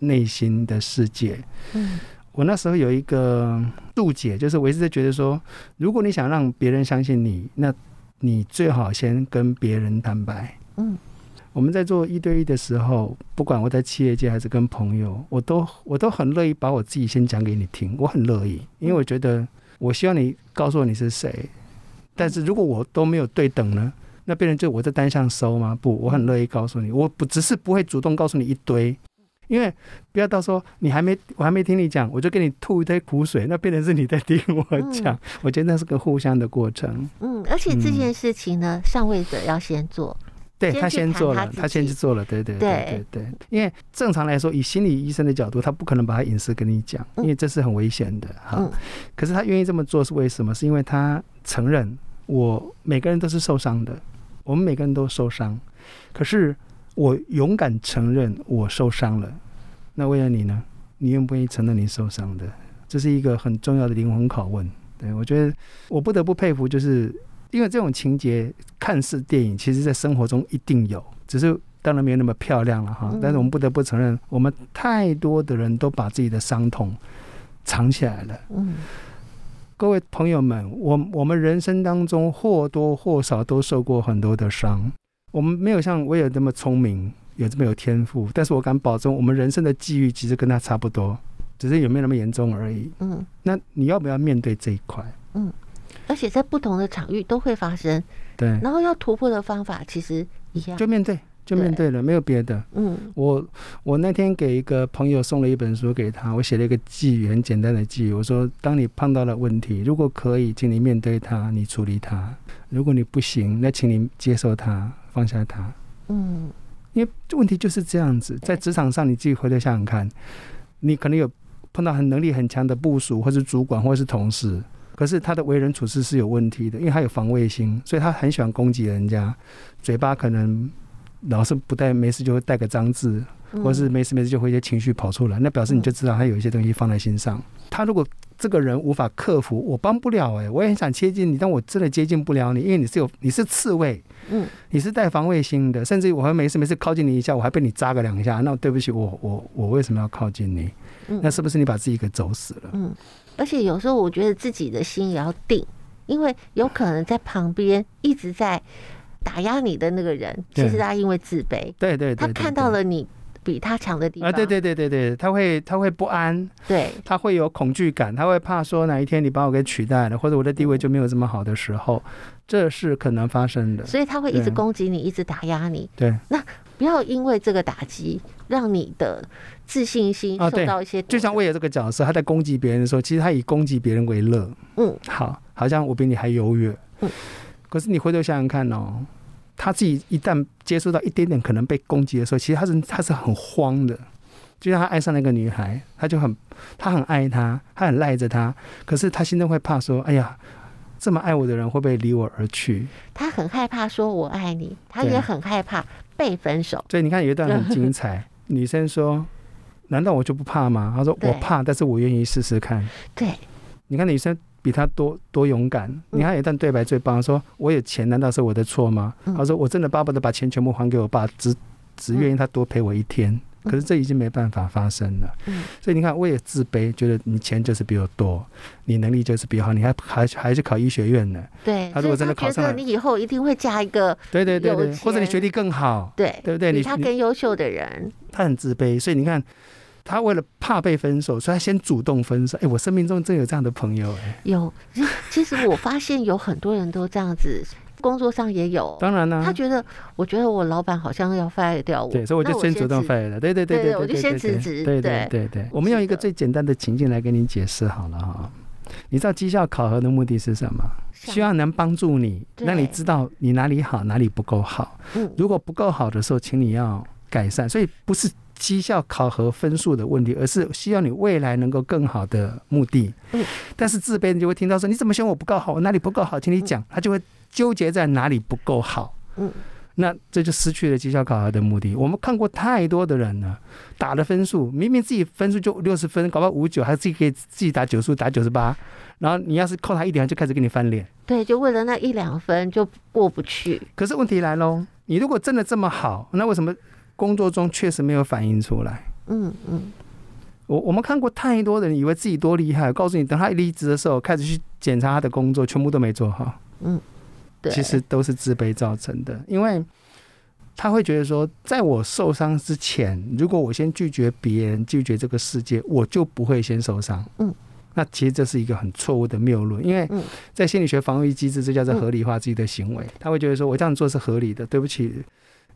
内心的世界。
嗯，
我那时候有一个注解，就是我一直在觉得说，如果你想让别人相信你，那你最好先跟别人坦白。
嗯，
我们在做一对一的时候，不管我在企业界还是跟朋友，我都我都很乐意把我自己先讲给你听，我很乐意，
嗯
因为我觉得我希望你告诉我你是谁。但是如果我都没有对等呢，那别人就我在单向收吗？不，我很乐意告诉你，我不只是不会主动告诉你一堆，因为不要到时候你还没我还没听你讲，我就给你吐一堆苦水，那变成是你在听我讲。
嗯
我觉得那是个互相的过程。
嗯，而且这件事情呢，
嗯
上位者要先做。
对
先
他
去
先
谈
做
他
了，
自
他先
己
去做了，对对对对对。因为正常来说，以心理医生的角度，他不可能把他隐私跟你讲，因为这是很危险的哈。
嗯
可是他愿意这么做是为什么？是因为他承认我每个人都是受伤的，我们每个人都受伤。可是我勇敢承认我受伤了。那为了你呢？你愿不愿意承认你受伤的？这是一个很重要的灵魂拷问。对我觉得我不得不佩服，就是因为这种情节看似电影，其实在生活中一定有，只是当然没有那么漂亮了哈。
嗯
但是我们不得不承认，我们太多的人都把自己的伤痛藏起来了。
嗯
各位朋友们，我我们人生当中或多或少都受过很多的伤，我们没有像威尔那么聪明，有这么有天赋，但是我敢保证，我们人生的际遇其实跟他差不多，只是有没有那么严重而已。
嗯
那你要不要面对这一块？
而且在不同的场域都会发生，
对，
然后要突破的方法其实一样。
就面对，就面对了，没有别的。
嗯
我我那天给一个朋友送了一本书给他，我写了一个寄语，很简单的寄语。我说：当你碰到了问题，如果可以，请你面对它，你处理它；如果你不行，那请你接受它，放下它。
嗯，
因为问题就是这样子，在职场上你自己回头想想看，你可能有碰到很能力很强的部属，或是主管，或是同事，可是他的为人处事是有问题的，因为他有防卫心，所以他很喜欢攻击人家，嘴巴可能老是不带没事就会带个脏字，
嗯
或是没事没事就会一些情绪跑出来，那表示你就知道他有一些东西放在心上。他如果这个人无法克服，我帮不了哎、我也很想接近你，但我真的接近不了你，因为你是有你是刺猬，
嗯，
你是带防卫心的，甚至我还没事没事靠近你一下，我还被你扎个两下，那对不起，我我我为什么要靠近你？
嗯
那是不是你把自己给走死了？
而且有时候我觉得自己的心也要定，因为有可能在旁边一直在打压你的那个人，
对
其实他因为自卑，
对对对
他
对
看
对
到了你比他强的地方，
啊，对对对对对，他会他会不安，
对
他会有恐惧感，他会怕说哪一天你把我给取代了，或者我的地位就没有这么好的时候，这是可能发生的。
所以他会一直
对
攻击你，一直打压你。
对。
不要因为这个打击，让你的自信心
啊
受
对
到一些挫折、
就像魏野这个角色，他在攻击别人的时候，其实他以攻击别人为乐。
嗯，
好，好像我比你还优越。
嗯，
可是你回头想想看哦，他自己一旦接触到一点点可能被攻击的时候，其实他是他是很慌的。就像他爱上那个女孩，他就很他很爱她，他很赖着她，可是他心中会怕说：“哎呀，这么爱我的人会不会离我而去
他很害怕说“我爱你”，他
对
也很害怕被分手？”。
所以你看有一段很
*laughs*
精彩，女生说：“难道我就不怕吗？”他说：“
对
我怕，但是我愿意试试看。”
对，
你看女生比他多多勇敢。你看有一段对白最棒，说我有钱难道是我的错吗？
嗯
他说我真的巴不得把钱全部还给我爸，只只愿意他多陪我一天。可是这已经没办法发生了，
嗯
所以你看，我也自卑，觉得你钱就是比我多，你能力就是比我好，你还还还去考医学院呢？
对，
他如
所以
果真的
他
考
觉
上
得
来
你以后一定会嫁一个
对对对
有
对，
钱
或者你学历更好，
对
对不对？
比
你
他
你
更优秀的人。
他很自卑，所以你看，他为了怕被分手，所以他先主动分手。哎，我生命中真有这样的朋友，哎，
有，其实其实我发现有很多人都这样子，工作上也有。
当然啦、
哦他觉得，我觉得我老板好像要 fire 掉我，
对，所以我
那
就先主动
辞
fire 了。对对
对
对
对我就
对
先
对
辞
对
职
对
对
对对对，我们
是
用一个
的
最简单的情境来跟你解释好了哈。你知道绩效考核的目的是什么？希望能帮助你，让你
对
知道你哪里好，哪里不够好。
嗯
如果不够好的时候，请你要改善。所以不是绩效考核分数的问题，而是希望你未来能够更好的目的。
嗯
但是自卑人就会听到说：“你怎么嫌我不够好？我哪里不够好？”请你讲，他就会纠结在哪里不够好。
嗯，
那这就失去了绩效考核的目的。我们看过太多的人了，打了分数，明明自己分数就六十分，搞不好五九，还自己给自己打九十，打九十八，然后你要是扣他一点，他就开始跟你翻脸。
对，就为了那一两分就过不去，
可是问题来喽，你如果真的这么好，那为什么工作中确实没有反映出来？
嗯嗯，
我我们看过太多的人以为自己多厉害，告诉你，等他一离职的时候，开始去检查他的工作，全部都没做好。
对，
其实都是自卑造成的，因为他会觉得说，在我受伤之前，如果我先拒绝别人、拒绝这个世界，我就不会先受伤。
嗯，
那其实这是一个很错误的谬论，因为
嗯
在心理学防御机制，这叫做合理化自己的行为。他会觉得说，我这样做是合理的，对不起。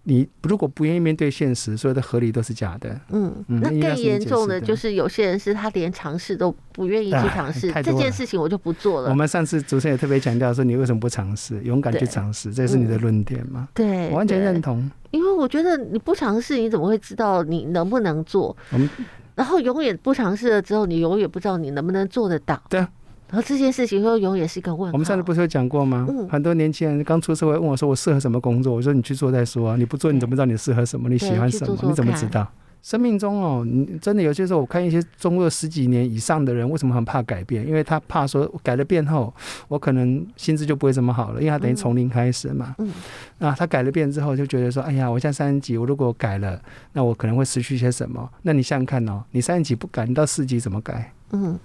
你如果不愿意面对现实，所有的合理都是假的。
嗯，
嗯
那
应该
更
是
严
解
重
释
的
的
就是有些人是他连尝试都不愿意去
哎
尝试，
太
这
多
件
了
事情我就不做
我
了。
们上次主持人也特别强调说，你为什么不尝试？勇敢去
对嗯
尝试，这是你的论点吗？
对，
我完全
对
认，同。
因为我觉得你不尝试，你怎么会知道你能不能做？
我们
然后永远不尝试了之后，你永远不知道你能不能做得到。
对啊
然后这件事情又永远是一个问号。
我们上次不是有讲过吗？
嗯
很多年轻人刚出社会问我说：“我适合什么工作？”我说：“你去做再说啊，你不做你怎么知道你适合什么？你喜欢什
去做
么？
做
你怎么
看
知道？”生命中哦，你真的有些时候，我看一些工作十几年以上的人，为什么很怕改变？因为他怕说改了变后，我可能薪资就不会这么好了，因为他等于从零开始嘛。
嗯，
那他改了变之后，就觉得说：“哎呀，我现在三十几，我如果改了，那我可能会失去些什么？”那你想想看哦，你三十几不改，你到四级怎么改？
嗯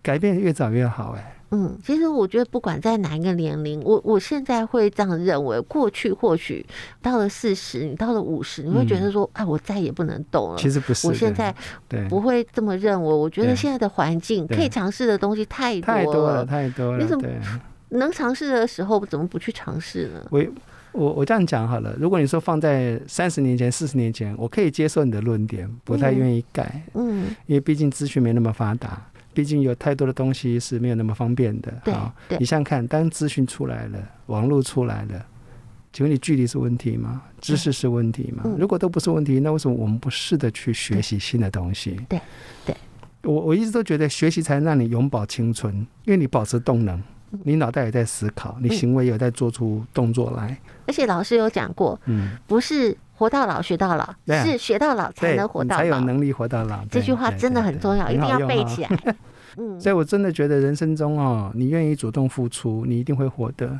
改变越早越好哎、
嗯，其实我觉得不管在哪一个年龄，我我现在会这样认为。过去或许到了四十，你到了五十，你会觉得说，哎、我再也不能动了。
嗯其实不是的，
呃我现在
对
不会这么认为。我觉得
对
现在的环境
对
可以尝试的东西太多
太多
了
了，，太多了
你，怎么
对。
能尝试的时候怎么不去尝试呢？
我我我这样讲好了，如果你说放在三十年前、四十年前，我可以接受你的论点，不太
嗯
愿意改，
嗯，
因为毕竟资讯没那么发达，毕竟有太多的东西是没有那么方便的。
对
好
对
你想想看，当资讯出来了，网络出来了，请问你距离是问题吗？知识是问题吗？
嗯
如果都不是问题，那为什么我们不试着去学习新的东西？
对对
我我一直都觉得学习才能让你永葆青春，因为你保持动能，你脑袋也在思考，你
嗯
行为也有在做出动作来。
而且老师有讲过，
嗯，
不是活到老学到老，
对啊
是学到老才
对，
能活
你
到
才有
老。
能力活到老。
这
对
句话
对
真的
对
很
对
重要，一定
很好
要
用
背
哦
起来。
*laughs*
嗯
所以我真的觉得人生中哦，你愿意主动付出，你一定会获得。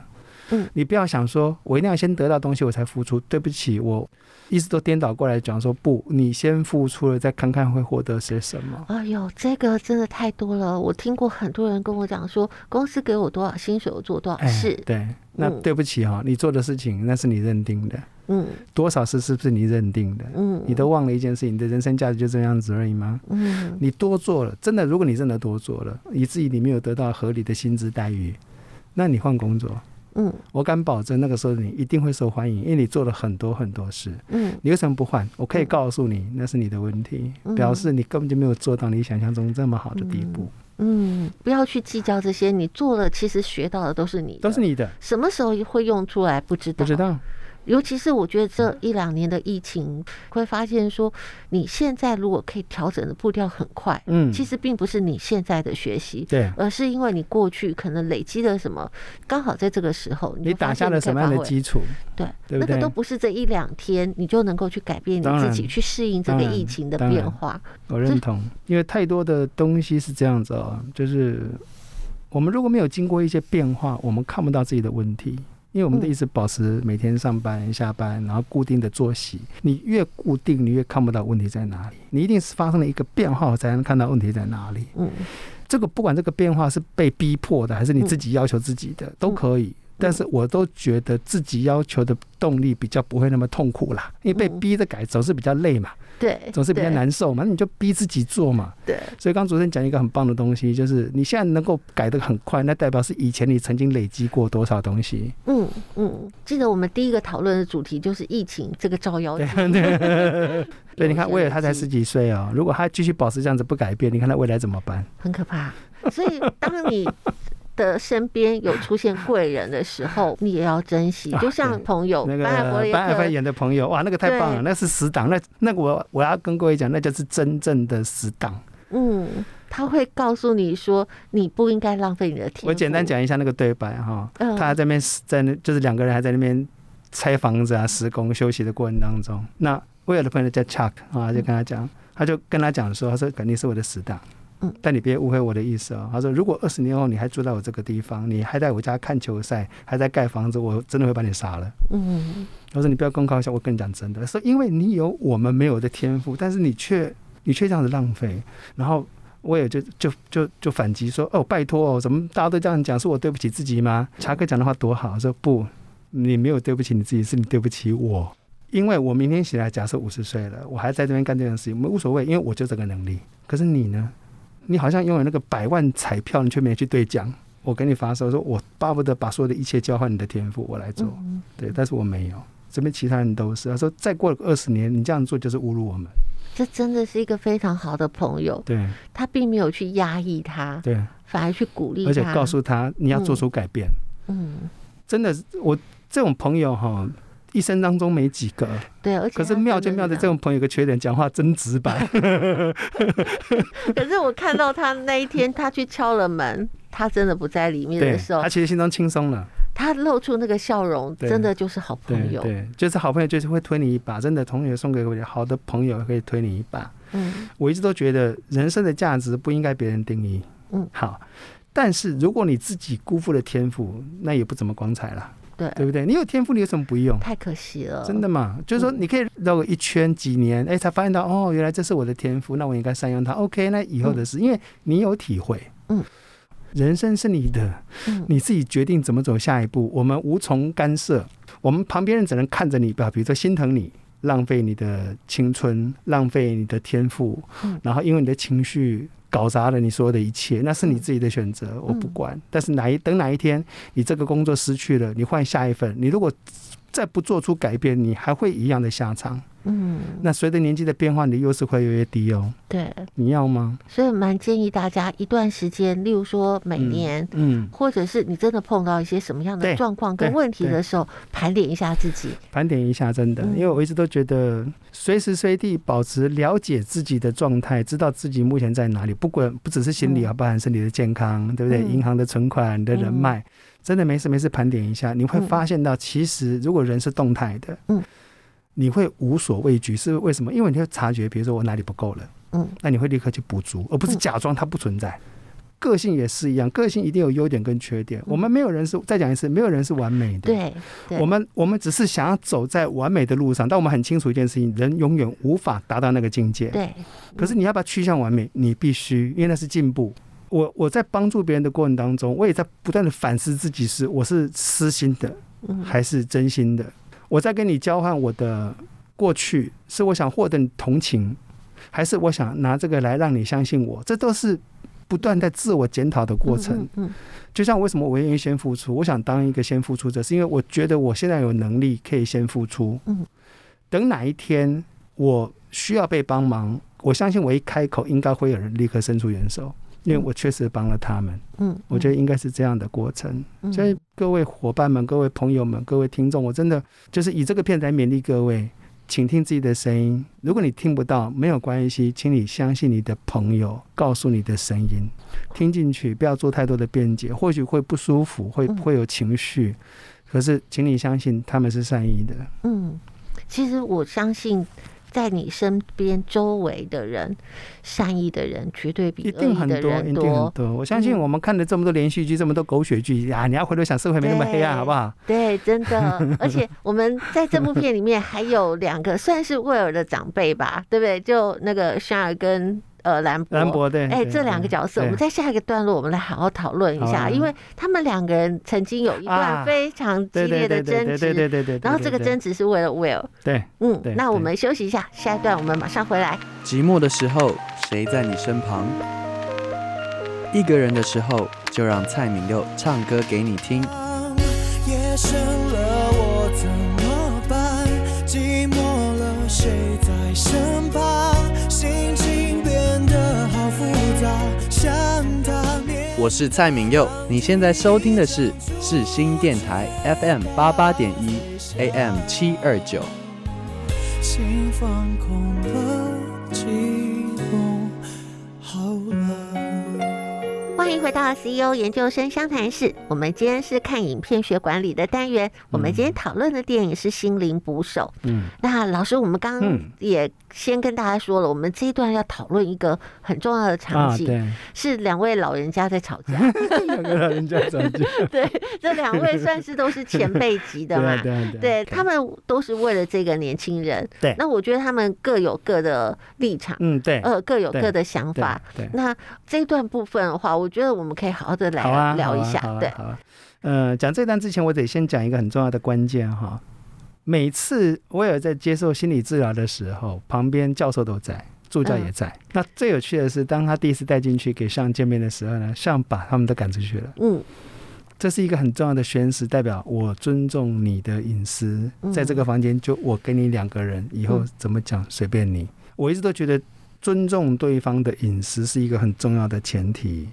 嗯，
你不要想说我一定要先得到东西我才付出，对不起，我一直都颠倒过来讲说不，你先付出了，再看看会获得些什么。
哎呦，这个真的太多了！我听过很多人跟我讲说，公司给我多少薪水，我做多少
哎，
事。
对，那
哦嗯
对不起哈、你做的事情那是你认定的，
嗯
多少事是不是你认定的？
嗯，
你都忘了一件事，你的人生价值就这样子而已吗？
嗯
你多做了，真的，如果你真的多做了，以至于你没有得到合理的薪资待遇，那你换工作，
嗯
我敢保证，那个时候你一定会受欢迎，因为你做了很多很多事。
嗯
你为什么不换？我可以告诉你，那是你的问题，
嗯
表示你根本就没有做到你想象中这么好的地步，
嗯，不要去计较这些，你做了，其实学到的都是你的，
都是你的，
什么时候会用出来不知道，
不知道。
尤其是我觉得这一两年的疫情，会发现说，你现在如果可以调整的步调很快，
嗯，
其实并不是你现在的学习，
对，
而是因为你过去可能累积了什么，刚好在这个时候
你
就发
打
现
下
你可以
了什么样的
发挥
基础？
对，
对不
那个
对
都不是这一两天你就能够去改变你
当
自
然
己，去适应这
当
个
然
疫情的
当
变
然
化。
我认同，因为太多的东西是这样子哦，就是我们如果没有经过一些变化，我们看不到自己的问题。因为我们都
嗯
一直保持每天上班、下班，然后固定的作息，你越固定，你越看不到问题在哪里。你一定是发生了一个变化，才能看到问题在哪里。
嗯
这个不管这个变化是被逼迫的，还是你自己要求自己的，都
嗯
可以。但是我都觉得自己要求的动力比较不会那么痛苦啦，因为被
嗯
逼着改总是比较累嘛，
对，
总是比较
对。
难受嘛，那你就逼自己做嘛。
对，
所以刚主持人讲一个很棒的东西，就是你现在能够改得很快，那代表是以前你曾经累积过多少东西。
嗯嗯，记得我们第一个讨论的主题就是疫情这个照妖
对
镜。 *laughs*
对，所以你看，
我
威
也
尔他才
是
十几岁哦，如果他继续保持这样子不改变，你看他未来怎么
*laughs*
办？
很可怕。所以，当你的身边有出现贵人的时候，你也要珍惜。
*laughs* 啊
就像
对
朋友，
那个
班艾弗
班
列
艾
克
芬演的朋友，哇，那个太棒了，
对
那是死党，那那个我我要跟各位讲，那就是真正的死党。
嗯，他会告诉你说，你不应该浪费你的天赋。
我简单讲一下那个对白哈、
嗯
他还在那边在那就是两个人还在那边拆房子啊、施工休息的过程当中，那威尔的朋友叫 Chuck 啊，就跟他讲，他就跟他讲说，他说肯定是我的死党。
嗯
但你别误会我的意思哦。他说，如果二十年后你还住在我这个地方，你还在我家看球赛，还在盖房子，我真的会把你杀了。
嗯
我说你不要公开笑，我跟你讲真的，说因为你有我们没有的天赋，但是你却你却这样子浪费，然后我也就就就就反击说，哦，拜托哦，怎么大家都这样讲，是我对不起自己吗？查克讲的话多好，说不，你没有对不起你自己，是你对不起我。因为我明天起来，假设五十岁了，我还在这边干这件事情，无所谓，因为我就这个能力。可是你呢？你好像拥有那个百万彩票，你却没去兑奖。我给你发售，说我巴不得把所有的一切交换你的天赋，我来做。
嗯
对，但是我没有，这边其他人都是。他说再过二十年，你这样做就是侮辱我们。
这真的是一个非常好的朋友，
对
他并没有去压抑他，
对，
反而去鼓励他，
而且告诉他你要做出改变。
嗯，
真的，我这种朋友哈，一生当中没几个。
对，啊而且
可是
他
妙就
真
妙的，这
样
种朋友有个缺点，讲话真直白。
*laughs* 可是我看到他那一天，他去敲了门，他真的不在里面
对
的，时候
他，其实心中轻松了。
他露出那个笑容，
对
真的就是好
对
朋友。
对，就是好朋友，就是会推你一把。真的，同学送给我的好的朋友可以推你一把。
嗯
我一直都觉得人生的价值不应该别人定义。
嗯，
好。但是如果你自己辜负了天赋，那也不怎么光彩了。
对，
对不对？你有天赋，你有什么不用？
太可惜了，
真的嘛？就
嗯
是说，你可以绕个一圈几年，哎，才发现到哦，原来这是我的天赋，那我应该善用它。OK，那以后的事，因为你有体会。
嗯，
人生是你的，
嗯
你自己决定怎么走下一步，我们无从干涉。我们旁边人只能看着你吧，比如说心疼你，浪费你的青春，浪费你的天赋
嗯，
然后因为你的情绪搞砸了你所有的一切，那
嗯
是你自己的选择，我不管。但是哪一等哪一天你这个工作失去了，你换下一份，你如果再不做出改变，你还会一样的下场。
嗯，
那随着年纪的变化，你的优势会越来越低哦。
对，
你要吗？
所以蛮建议大家一段时间，例如说每年。
嗯，
或者是你真的碰到一些什么样的
对
状况跟
对
问题
对
的时候，盘点一下自己。
盘点一下，真的，
嗯
因为我一直都觉得，随时随地保持了解自己的状态，知道自己目前在哪里，不管不只是心理啊，包含身体的健康，对不对？
嗯
银行的存款、你的人脉，真的没事没事盘点一下，你会
嗯
发现到，其实如果人是动态的，
嗯，
你会无所畏惧，是为什么？因为你会察觉，比如说我哪里不够了，
嗯，
那你会立刻去补足，而不是
嗯
假装它不存在。个性也是一样，个性一定有优点跟缺
嗯
点。我们没有人是再讲一次，没有人是完美的。
对，对
我们我们只是想要走在完美的路上，但我们很清楚一件事情：人永远无法达到那个境界。
对，
可是你要不要趋向完美？你必须，因为那是进步。我我在帮助别人的过程当中，我也在不断的反思自己是我是私心的
嗯，
还是真心的。我在跟你交换我的过去，是我想获得你同情，还是我想拿这个来让你相信我？这都是不断在自我检讨的过程。
嗯，嗯
就像为什么我愿意先付出？我想当一个先付出者，是因为我觉得我现在有能力可以先付出。
嗯，
等哪一天我需要被帮忙，我相信我一开口，应该会有人立刻伸出援手，因为我确实帮了他们。
嗯，
我觉得应该是这样的过程。
嗯
所以各位伙伴们、各位朋友们、各位听众，我真的就是以这个片子来勉励各位。请听自己的声音。如果你听不到，没有关系，请你相信你的朋友告诉你的声音，听进去，不要做太多的辩解，或许会不舒服，会
嗯
会有情绪，可是请你相信他们是善意的。
嗯，其实我相信，在你身边周围的人，善意的人绝对比
一
恶
定
意
很
的
多，
人
一定很
多。
多。我相信
嗯
我们看了这么多连续剧，这么多狗血剧啊，你要回头想，社会没那么黑暗，
对
好不好？
对，真
*laughs*
的。而且我们在这部片里面还有两个算是威尔的长辈吧，对不对？就那个沙尔跟呃兰博。
兰博对，
哎，
对
这两个
对
角色，我
对
们在下一个段落我们来好好讨论一
好
下，
啊
因为他们两个人曾经有一段
啊
非常激
对
烈
对
的
对对
争
对对
执，
对对对。
然后这个
对
争执是为了 Will。
对
嗯
对，
那我
对
们休息一下，下一段我们马上回来。
寂寞的时候，谁在你身旁？一个人的时候，就让蔡敏佑唱歌给你听。
夜深了，我怎么办？寂寞了，谁在身旁？心情变得好复杂，想他念。
我是蔡敏佑，你现在收听的是世新电台 FM 八八点一 AM 七二九。
心放空了，激动好了。
欢迎回到 CEO 研究生湘潭市。我们今天是看影片学管理的单元。我们今天讨论的电影是《心灵捕手》。
嗯，
那老师，我们刚刚
嗯
也先跟大家说了，我们这一段要讨论一个很重要的 *laughs* 场
啊，
景，
对， *laughs*
是两位老人家在吵架。
两个老人家怎么讲？ *laughs*
对，这两位算是都是前辈级的
对
嘛
啊。对啊对啊
对他们都是为了这个年轻人。
对
那我觉得他们各有各的立场，
嗯对，
呃，各有
对
各的想
对
法。
对。
那这一段部分的话，我觉得我们可以好好的
好啊
来聊一下。
好啊
对，
好啊好啊呃，讲这段之前，我得先讲一个很重要的关键哈。每次威尔在接受心理治疗的时候，旁边教授都在，助教也在。那最有趣的是，当他第一次带进去给上见面的时候呢，上把他们都赶出去了。
嗯
这是一个很重要的宣誓，代表我尊重你的隐私
嗯，
在这个房间就我跟你两个人，以后
嗯
怎么讲随便你。我一直都觉得尊重对方的隐私是一个很重要的前提。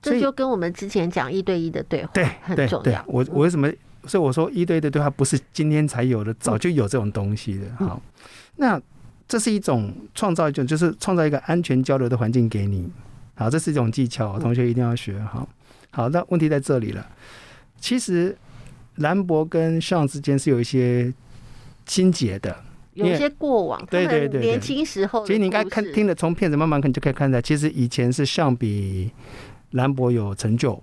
所
这
以
就跟我们之前讲一对一的对话
对
很
对
重
对啊
要，。
我我为什么？所以我说一对一的对话不是今天才有的，早就有这种东西的。
嗯
好，那这是一种创造一种，就是创造一个安全交流的环境给你。好，这是一种技巧，
嗯
同学一定要学。好，好，那问题在这里了。其实兰博跟尚之间是有一些心结的。
有一些过往，
对
他们
对对对
年轻时候的故哦事，
其实你应该看听了，从片子慢慢看就可以看出来，其实以前是尚比兰博有成就。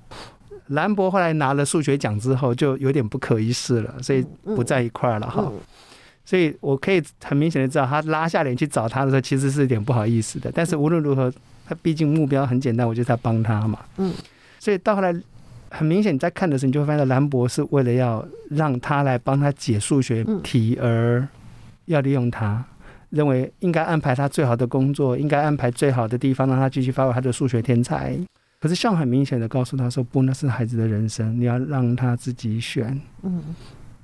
兰博后来拿了数学奖之后，就有点不可一世了，所以
嗯
不在一块儿了哈。
嗯
所以我可以很明显的知道，他拉下脸去找他的时候，其实是有点不好意思的。但是无论如何，他毕竟目标很简单，我就是要帮他嘛。
嗯，
所以到后来，很明显你在看的时候，你就会发现兰博是为了要让他来帮他解数学题而要利用他，认为应该安排他最好的工作，应该安排最好的地方让他继续发挥他的数学天才。可是上很明显的告诉他说：“不，那是孩子的人生，你要让他自己选。
嗯，”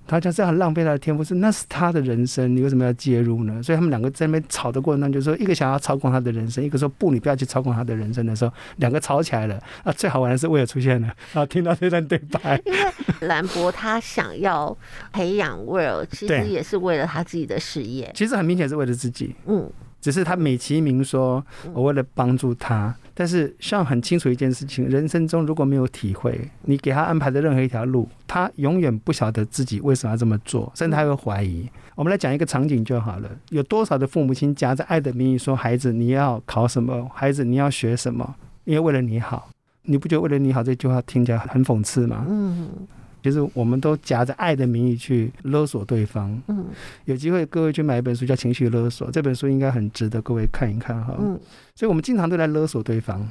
他讲这样浪费他的天赋，是那是他的人生，你为什么要介入呢？所以他们两个在那边吵的过程当中，就是说一个想要操控他的人生，一个说不，你不要去操控他的人生的时候，两个吵起来了。啊，最好玩的是威尔出现了，然后听到这段对白，
因为兰博他想要培养 Will，其实
对
也是为了他自己的事业。
其实很明显是为了自己，
嗯
只是他美其名说我为了帮助他，但是像很清楚一件事情，人生中如果没有体会，你给他安排的任何一条路，他永远不晓得自己为什么要这么做，甚至他会怀疑。我们来讲一个场景就好了，有多少的父母亲夹着爱的名义说孩子你要考什么，孩子你要学什么，因为为了你好。你不觉得“为了你好”这句话听起来很讽刺吗？
嗯
其实我们都夹着爱的名义去勒索对方，
嗯
有机会各位去买一本书叫《情绪勒索》，这本书应该很值得各位看一看哈。
嗯
所以我们经常都在勒索对方，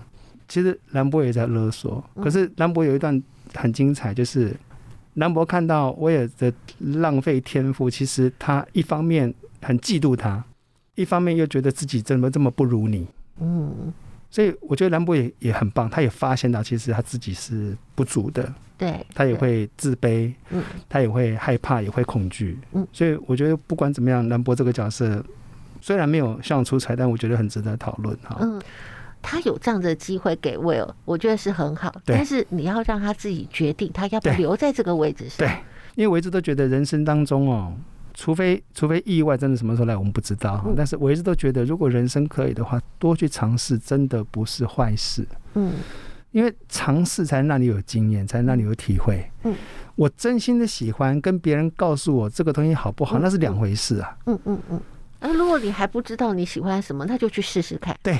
其实兰博也在勒索。
嗯
可是兰博有一段很精彩，就是兰博看到威尔的浪费天赋，其实他一方面很嫉妒他，一方面又觉得自己怎么这么不如你。
嗯，
所以我觉得兰博也也很棒，他也发现到其实他自己是不足的，
对，
他也
对
会自卑，
嗯
他也会害怕，也会恐惧。
嗯
所以我觉得不管怎么样，兰博这个角色虽然没有像出彩，但我觉得很值得讨论哈。
嗯，他有这样的机会给 Will，我觉得是很好。
对
但是你要让他自己决定，他要不
对
留在这个位置上。
对，因为我一直都觉得人生当中哦，除非除非意外真的什么时候来我们不知道哈，
嗯
但是我一直都觉得，如果人生可以的话，多去尝试真的不是坏事。
嗯
因为尝试才让你有经验，才让你有体会。
嗯，
我真心的喜欢跟别人告诉我这个东西好不好，
嗯
那是两回事啊。
嗯嗯嗯。哎，如果你还不知道你喜欢什么，那就去试试看。
对，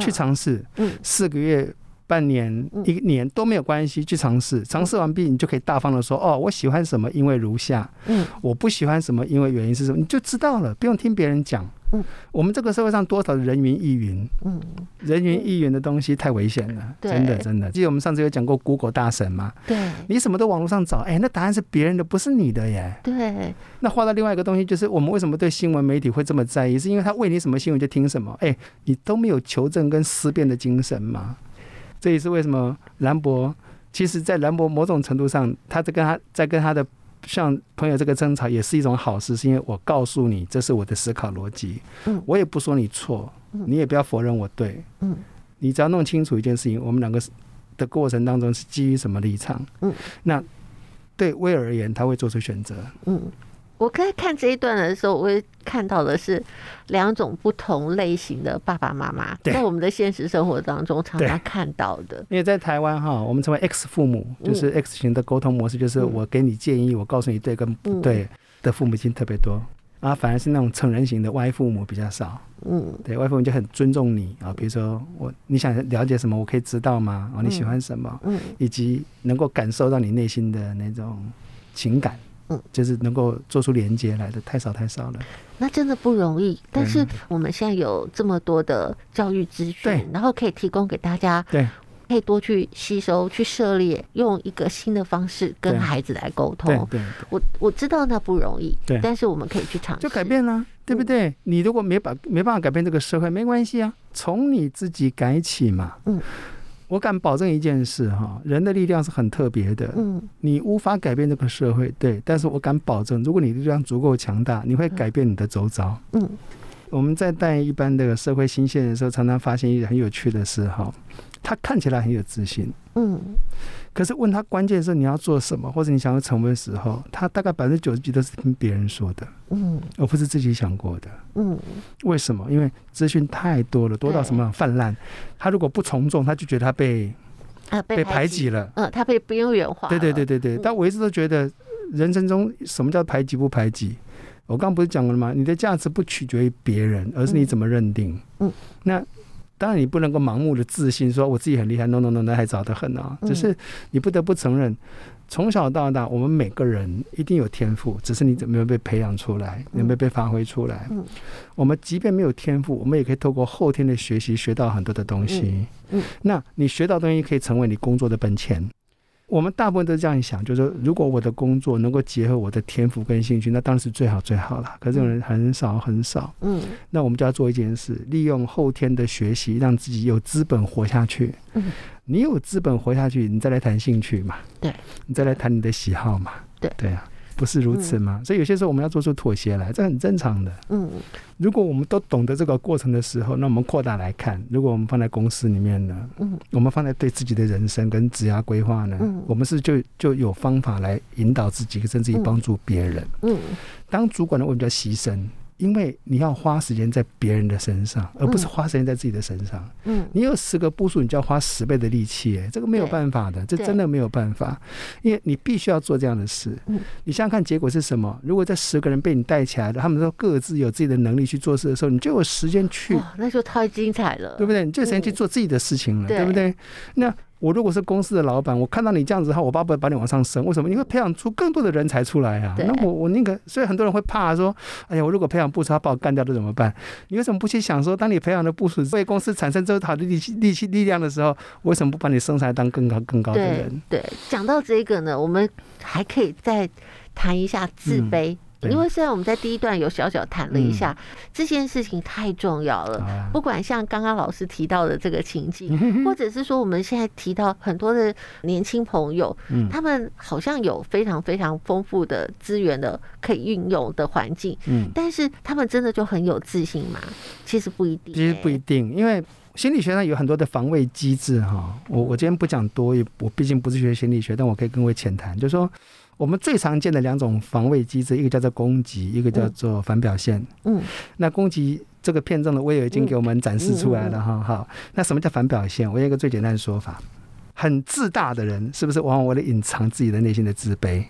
去
嗯
尝试，
嗯
四个月、半年、
嗯
一年都没有关系，去尝试。尝试完毕，你就可以大方的说：“哦，我喜欢什么，因为如下；
嗯
我不喜欢什么，因为原因是什么。”你就知道了，不用听别人讲。
嗯，
我们这个社会上多少人云亦云，
嗯，
人云亦云的东西太危险了，
对
真的真的。记得我们上次有讲过 Google 大神吗？
对
你什么都网络上找，哎，那答案是别人的，不是你的耶。
对，
那画到另外一个东西，就是我们为什么对新闻媒体会这么在意，是因为他喂你什么新闻就听什么，哎，你都没有求证跟思辨的精神嘛。这也是为什么兰博，其实，在兰博某种程度上，他在跟他在跟他的像朋友这个争吵，也是一种好事，是因为我告诉你，这是我的思考逻辑，
嗯
我也不说你错
嗯，
你也不要否认我对，
嗯，
你只要弄清楚一件事情，我们两个是的过程当中是基于什么立场，
嗯，
那对威尔而言，他会做出选择，
嗯。我在看这一段的时候，我也看到的是两种不同类型的爸爸妈妈，
对
在我们的现实生活当中常
对
常看到的。
因为在台湾哈，我们称为 X 父母，就是 X 型的沟通模式，就是
嗯
我给你建议，我告诉你对跟不对的父母亲特别多。啊，反而是那种成人型的 Y 父母比较少，
嗯
对 Y 父母就很尊重你啊，比如说我你想了解什么，我可以知道吗？啊，你喜欢什么，
嗯
以及能够感受到你内心的那种情感，
嗯，
就是能够做出连接来的太少太少了。
那真的不容易。但是我们现在有这么多的教育资
嗯对
讯，然后可以提供给大家，
对，
可以多去吸收、去涉猎，用一个新的方式跟
对
孩子来沟
对
通。
对对。
我我知道那不容易
对，
但是我们可以去尝试，
就改变啦、对
嗯
不对？你如果没把没办法改变这个社会，没关系啊，从你自己改起嘛。
嗯，
我敢保证一件事哈，人的力量是很特别的，
嗯
你无法改变这个社会，对，但是我敢保证，如果你力量足够强大，你会改变你的周遭。
嗯
我们在带一般的社会新鲜人的时候，常常发现一个很有趣的事哈，他看起来很有自信，
嗯
可是问他关键是你要做什么，或者你想要成为的时候，他大概百分之九十几都是听别人说的，
嗯
而不是自己想过的。
嗯，
为什么？因为资讯太多了，多到什么泛滥。他如果不从众，他就觉得他被
啊，被
被排挤，了。
嗯，他被边缘化，
对对对，对对。
嗯
但我一直都觉得，人生中什么叫排挤不排挤？我刚不是讲过了吗？你的价值不取决于别人，而是你怎么认定。
嗯，
那当然，你不能够盲目的自信，说我自己很厉害。No No No，那还早得很啊。
嗯
只是你不得不承认，从小到大，我们每个人一定有天赋，只是你怎么样被培养出来，
嗯
有没有被发挥出来。
嗯
我们即便没有天赋，我们也可以透过后天的学习学到很多的东西。
嗯嗯
那你学到的东西可以成为你工作的本钱。我们大部分都这样想，就是说，如果我的工作能够结合我的天赋跟兴趣，那当然是最好最好了。可是这种人很少很少。
嗯
那我们就要做一件事，利用后天的学习，让自己有资本活下去。
嗯
你有资本活下去，你再来谈兴趣嘛？
对，
你再来谈你的喜好嘛？
对
对啊，不是如此吗？所以有些时候我们要做出妥协来，这很正常的。
嗯
如果我们都懂得这个过程的时候，那我们扩大来看，如果我们放在公司里面呢，
嗯
我们放在对自己的人生跟职业规划呢，
嗯
我们是就就有方法来引导自己，甚至于帮助别人。
嗯
当主管的我比较牺牲，因为你要花时间在别人的身上，而不是花时间在自己的身上。
嗯
你有十个部署，你就要花十倍的力气，哎这个没有
对
办法的，这
对
真的没有办法，因为你必须要做这样的事。
嗯
你想想看，结果是什么？如果这十个人被你带起来的，他们都各自有自己的能力去做事的时候，你就有时间去
哇，那就太精彩了，
对不
哦对？
对？你就有时间去
嗯
做自己的事情了，
对
对不对？那我如果是公司的老板，我看到你这样子的话，我巴不得把你往上升。为什么？你会培养出更多的人才出来啊。
对
那我我那个，所以很多人会怕说，哎呀，我如果培养部署，他把我干掉了怎么办？你为什么不去想说，当你培养的部署为公司产生这么好的力气、力气、力量的时候，我为什么不把你升才当更高、更高的
对
人？
对，讲到这个呢，我们还可以再谈一下自
嗯
卑，
对
因为虽然我们在第一段有小小谈了一
嗯
下，这件事情太重要了。
啊，
不管像刚刚老师提到的这个情境，或者是说我们现在提到很多的年轻朋友，
嗯
他们好像有非常非常丰富的资源的可以运用的环境，
嗯，
但是他们真的就很有自信吗？其实不一定、
其实不一
欸
定，因为心理学上有很多的防卫机制哈。我我今天不讲多，也我毕竟不是学心理学，但我可以跟各位浅谈，就是说我们最常见的两种防卫机制，一个叫做攻击，一个叫做反表现。
嗯
那攻击这个片中的威尔已经给我们展示出来了哈。好，那什么叫反表现？我有一个最简单的说法。很自大的人，是不是往往为了隐藏自己的内心的自卑，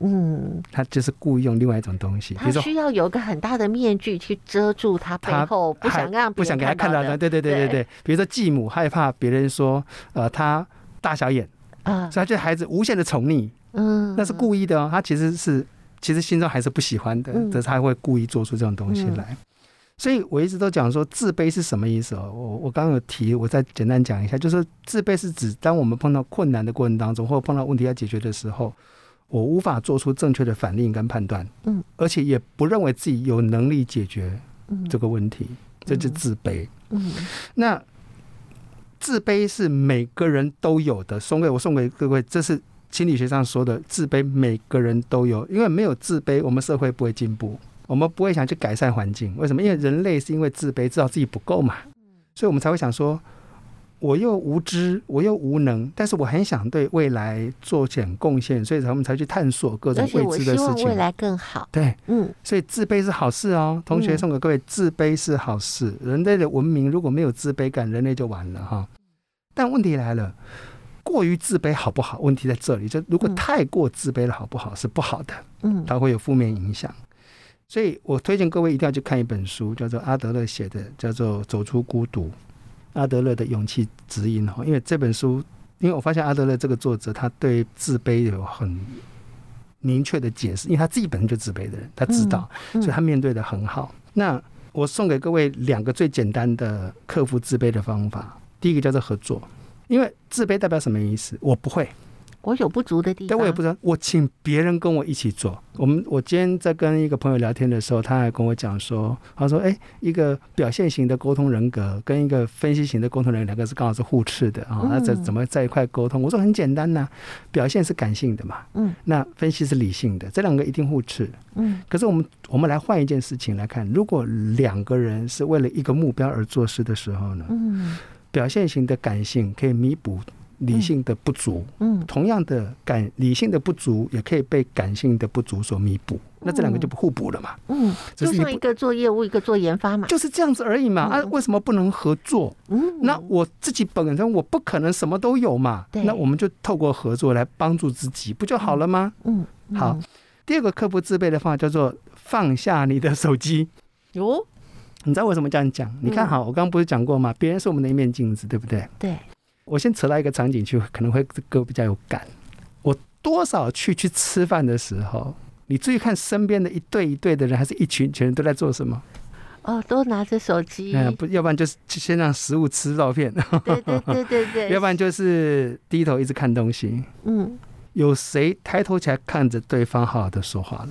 嗯，
他就是故意用另外一种东西，比
他
如说
需要有一个很大的面具去遮住他背
他
后不
害
想让
不
别
想
人
给他看到的，
的
对对对对
对
对。比如说继母害怕别人说，呃，他大小眼，
啊，
所以他对孩子无限的宠溺，
嗯，
那是故意的哦。他其实是其实心中还是不喜欢的
嗯，
但是他会故意做出这种东西来。所以我一直都讲说，自卑是什么意思哦？我我刚刚有提，我再简单讲一下，就是说自卑是指当我们碰到困难的过程当中，或者碰到问题要解决的时候，我无法做出正确的反应跟判断，
嗯，
而且也不认为自己有能力解决
嗯
这个问题，这就自卑。
嗯
那自卑是每个人都有的，送给我送给各位，这是心理学上说的自卑，每个人都有，因为没有自卑，我们社会不会进步，我们不会想去改善环境。为什么？因为人类是因为自卑，知道自己不够嘛，
嗯
所以我们才会想说。我又无知，我又无能，但是我很想对未来做点贡献，所以才我们才去探索各种
而且
未
我
知
希
的事
望
情啊
未。来更好，
对，
嗯
所以自卑是好事哦，同学
嗯
送给各位，自卑是好事。人类的文明如果没有自卑感，人类就完了哈。但问题来了，过于自卑好不好？问题在这里，就如果
嗯
太过自卑了，好不好是不好的，
嗯
它会有负面影响。所以我推荐各位一定要去看一本书，叫做阿德勒写的，叫做《走出孤独》，阿德勒的勇气指引哈。因为这本书，因为我发现阿德勒这个作者，他对自卑有很明确的解释，因为他自己本身就自卑的人，他知道。
嗯
所以他面对的很好。那我送给各位两个最简单的克服自卑的方法，第一个叫做合作，因为自卑代表什么意思？我不会，
我有不足的地方，
但我也不知道，我请别人跟我一起做。我们我今天在跟一个朋友聊天的时候，他还跟我讲说，他说：“哎，一个表现型的沟通人格跟一个分析型的沟通人格，两个是刚好是互斥的啊。
嗯
那怎怎么在一块沟通？”我说：“很简单呐、表现是感性的嘛，
嗯，
那分析是理性的，这两个一定互斥。
嗯
可是我们我们来换一件事情来看，如果两个人是为了一个目标而做事的时候呢，
嗯
表现型的感性可以弥补理性的不足，
嗯
同样的感理性的不足也可以被感性的不足所弥补，那这两个就不互补了嘛，
哦嗯，
只
就是
你
像
不
一个做业务，一个做研发嘛，
就是这样子而已嘛。啊，
嗯
为什么不能合作？
嗯，
那我自己本身我不可能什么都有嘛
对，
那我们就透过合作来帮助自己，不就好了吗？
嗯
好，
哦
第二个克服自卑的方法叫做放下你的手机。
哟，
你知道为什么这样讲？你
嗯
看好，我刚刚不是讲过吗？别人是我们的一面镜子，对不对？
对，
我先扯到一个场景去，可能会这个比较有感。我多少去去吃饭的时候，你注意看身边的一对一对的人，还是一群一群人都在做什么？
哦，都拿着手机，
嗯、不，要不然就是先让食物吃照 *laughs* 片，
对对对对对，
*laughs* 要不然就是低头一直看东西。
嗯
有谁抬头起来看着对方好好的说话了？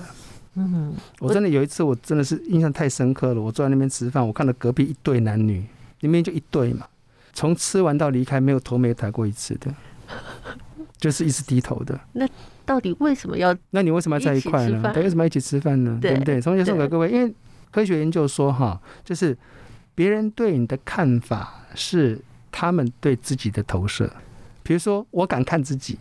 嗯，
我真的有一次，我真的是印象太深刻了。我坐在那边吃饭，我看到隔壁一对男女，里面就一对嘛，从吃完到离开，没有头没有抬过一次的，就是一直低头的。
到底为什么要
那你为什么要在一块
一起吃
呢？
饭
对，为什么要一起吃饭呢？
对
对不对？同学送给
对
各位，因为科学研究说哈，就是别人对你的看法是他们对自己的投射。比如说，我敢看自己，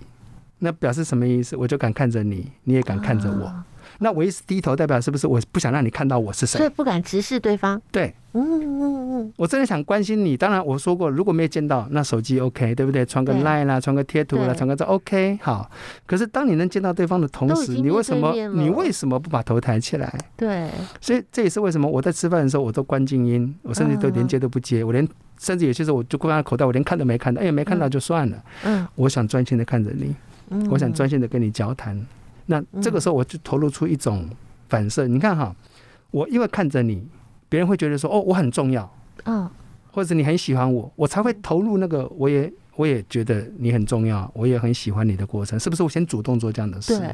那表示什么意思？我就敢看着你，你也敢看着我。
啊
那我一直低头，代表是不是我不想让你看到我是
所以
谁？
不敢直视对方。
对
嗯嗯嗯，
我真的想关心你。当然，我说过，如果没有见到，那手机 OK，对不对？传个
对
Line 啦，传个贴图啦，
对
传个照 OK，好。可是当你能见到对方的同
都已
时，
经
你为什么
面对面了
你为什么不把头抬起来？
对，
所以这也是为什么我在吃饭的时候我都关静音，我甚至都
嗯
连接都不接，我连甚至有些时候我就关在口袋，我连看都没看到，哎，没看到就算了。
嗯
我想专心的看着你，
嗯，
我想专心的跟你交谈。那这个时候我就投入出一种反射。你看哈，我因为看着你，别人会觉得说哦我很重要，
嗯
或者你很喜欢我，我才会投入那个我也我也觉得你很重要，我也很喜欢你的过程，是不是？我先主动做这样的事。
对，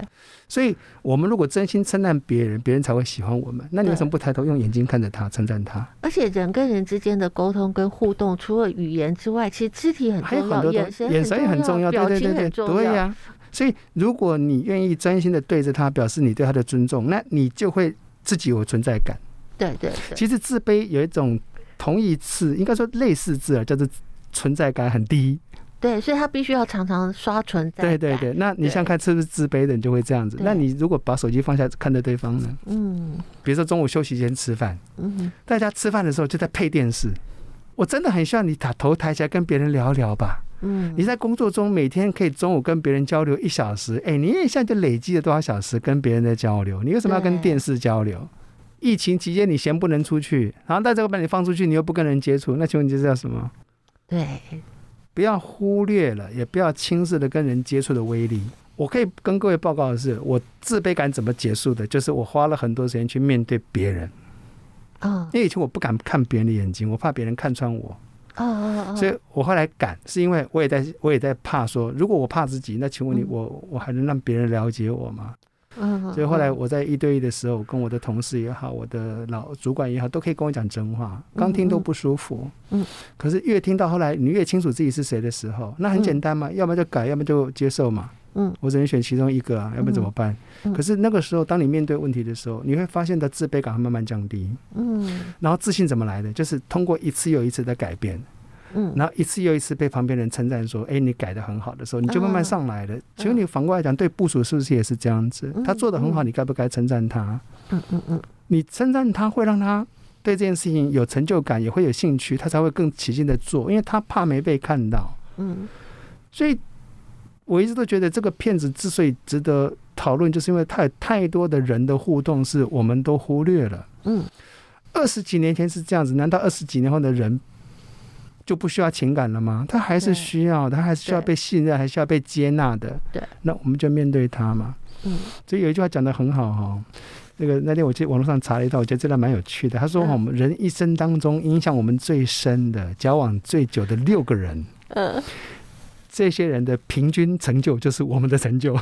所以我们如果真心称赞别人，别人才会喜欢我们。那你为什么不抬头用眼睛看着他，称赞他？
而且人跟人之间的沟通跟互动，除了语言之外，其实肢体很
还有
重
很
要，
多
眼
东
神
西，
很
眼神也很重要，对
表
对
情
对
很
对，
重
对
要。
呀、所以，如果你愿意专心的对着他，表示你对他的尊重，那你就会自己有存在感。
对对对，
其实自卑有一种同义词，应该说类似字啊，叫做存在感很低。
对，所以他必须要常常刷存在
对对
感，
对，那你想想看是不是自卑的，你就会这样子。
对
那你如果把手机放下看着对方呢？
嗯
比如说中午休息前吃饭，
嗯，
大家吃饭的时候就在配电视。我真的很希望你把头抬起来跟别人聊聊吧。
嗯，
你在工作中每天可以中午跟别人交流一小时，哎，你一下就累积了多少小时跟别人在交流？你为什么要跟
对
电视交流？疫情期间你嫌不能出去，然后大家把你放出去，你又不跟人接触，那请问你这叫什么？
对，
不要忽略了，也不要轻视的跟人接触的威力。我可以跟各位报告的是，我自卑感怎么结束的，就是我花了很多时间去面对别人，
哦
因为以前我不敢看别人的眼睛，我怕别人看穿我，
哦哦哦，
所以我后来敢，是因为我也在我也在怕说，如果我怕自己，那请问你
嗯
我我还能让别人了解我吗？
嗯，
所以后来
嗯
我在一对一的时候，我跟我的同事也好，我的老主管也好，都可以跟我讲真话，刚听都不舒服。
嗯嗯嗯，
可是越听到后来，你越清楚自己是谁的时候，那很简单嘛，要么就改，要么就接受嘛。
嗯，
我只能选其中一个啊，要不然怎么办？
嗯嗯
可是那个时候，当你面对问题的时候，你会发现的自卑感会慢慢降低，
嗯
然后自信怎么来的？就是通过一次又一次的改变，
嗯，
然后一次又一次被旁边人称赞说：“哎，你改的很好”的时候，你就慢慢上来了。请问你反过来讲，对部署是不是也是这样子
嗯？
他做的很好，
嗯
你该不该称赞他？
嗯嗯嗯，
你称赞他，会让他对这件事情有成就感，也会有兴趣，他才会更起劲的做，因为他怕没被看到。
嗯
所以我一直都觉得这个片子之所以值得讨论，就是因为太太多的人的互动是我们都忽略了。
嗯，
二十几年前是这样子，难道二十几年后的人就不需要情感了吗？他还是
对
需要的，他还是需要
对
被信任，还需要被接纳的。
对，
那我们就面对他嘛。
嗯，
所以有一句话讲得很好哈、哦。那个那天我去网络上查了一道，我觉得这段蛮有趣的。他说，
嗯
我们人一生当中影响我们最深的、交往最久的六个人，
呃，
这些人的平均成就就是我们的成就。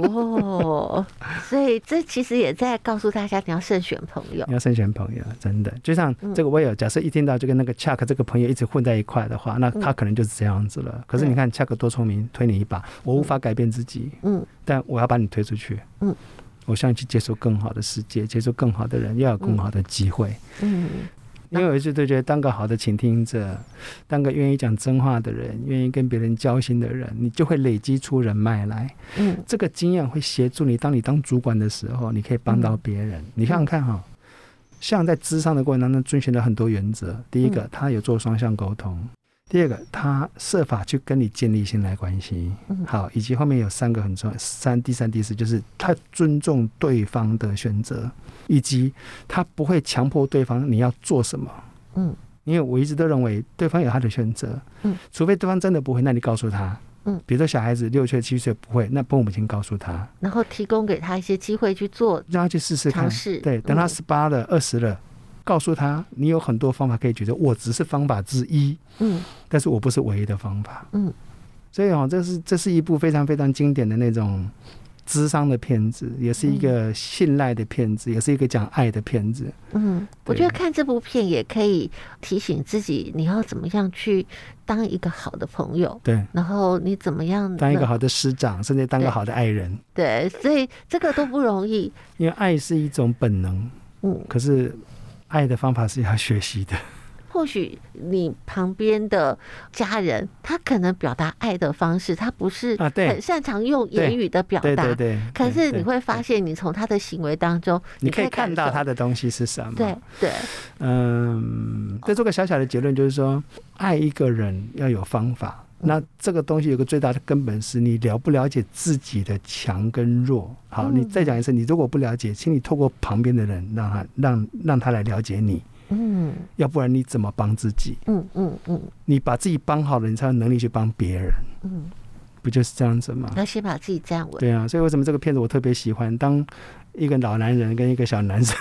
哦，所以这其实也在告诉大家，你要慎选朋友
你。要慎选朋友，真的。就像
嗯
这个威尔，假设一听到就跟那个 Chuck 这个朋友一直混在一块的话，那
嗯
他可能就是这样子了。可是你看 Chuck 多聪明，推你一把，我无法改变自己，
嗯
但我要把你推出去。
嗯，
我想去接受更好的世界，接受更好的人，要有更好的机会。
嗯
因为我一直都觉得，当个好的倾听者，当个愿意讲真话的人，愿意跟别人交心的人，你就会累积出人脉来。
嗯
这个经验会协助你，当你当主管的时候，你可以帮到别
嗯
人。你想想看哈、
嗯
像在咨商的过程当中，遵循了很多原则。第一个，他有做双向沟通；第二个，他设法去跟你建立信赖关系。
嗯
好，以及后面有三个很重要，三第三第四就是他尊重对方的选择，以及他不会强迫对方你要做什么。
嗯，
因为我一直都认为对方有他的选择。
嗯，
除非对方真的不会，那你告诉他。
嗯，
比如说小孩子六岁七岁不会，那父母亲告诉他，
然后提供给他一些机会去做，
让他去试试看
尝。试
对，等他
嗯
十八了二十了，告诉他你有很多方法可以解决，我只是方法之一。
嗯
但是我不是唯一的方法。
嗯，
所以哦，这是这是一部非常非常经典的那种智商的片子，也是一个信赖的片子，也是一个讲爱的片子。
嗯，我
对
觉得看这部片也可以提醒自己，你要怎么样去当一个好的朋友，
对，
然后你怎么样
当一个
能
好的师长，甚至当个好的爱人，
对，所以这个都不容易。
因为爱是一种本能，
嗯，
可是爱的方法是要学习的。
或许你旁边的家人，他可能表达爱的方式，他不是
啊对
很擅长用言语的表
对
达
对，对。
可是
对
你，会发现，你从他的行为当中，
你可以看到他
感
的东西是什么。
受。对对，
嗯，再做个小小的结论，就是说，爱一个人要有方法。
嗯
那这个东西有个最大的根本是你了不了解自己的强跟弱。好，
嗯
你再讲一次，你如果不了解，请你透过旁边的人让他让让他来了解你，
嗯
要不然你怎么帮自己？
嗯嗯嗯
你把自己帮好了，你才有能力去帮别人，
嗯，
不就是这样子吗？
要先把自己站稳。
对啊，所以为什么这个片子我特别喜欢？当一个老男人跟一个小男生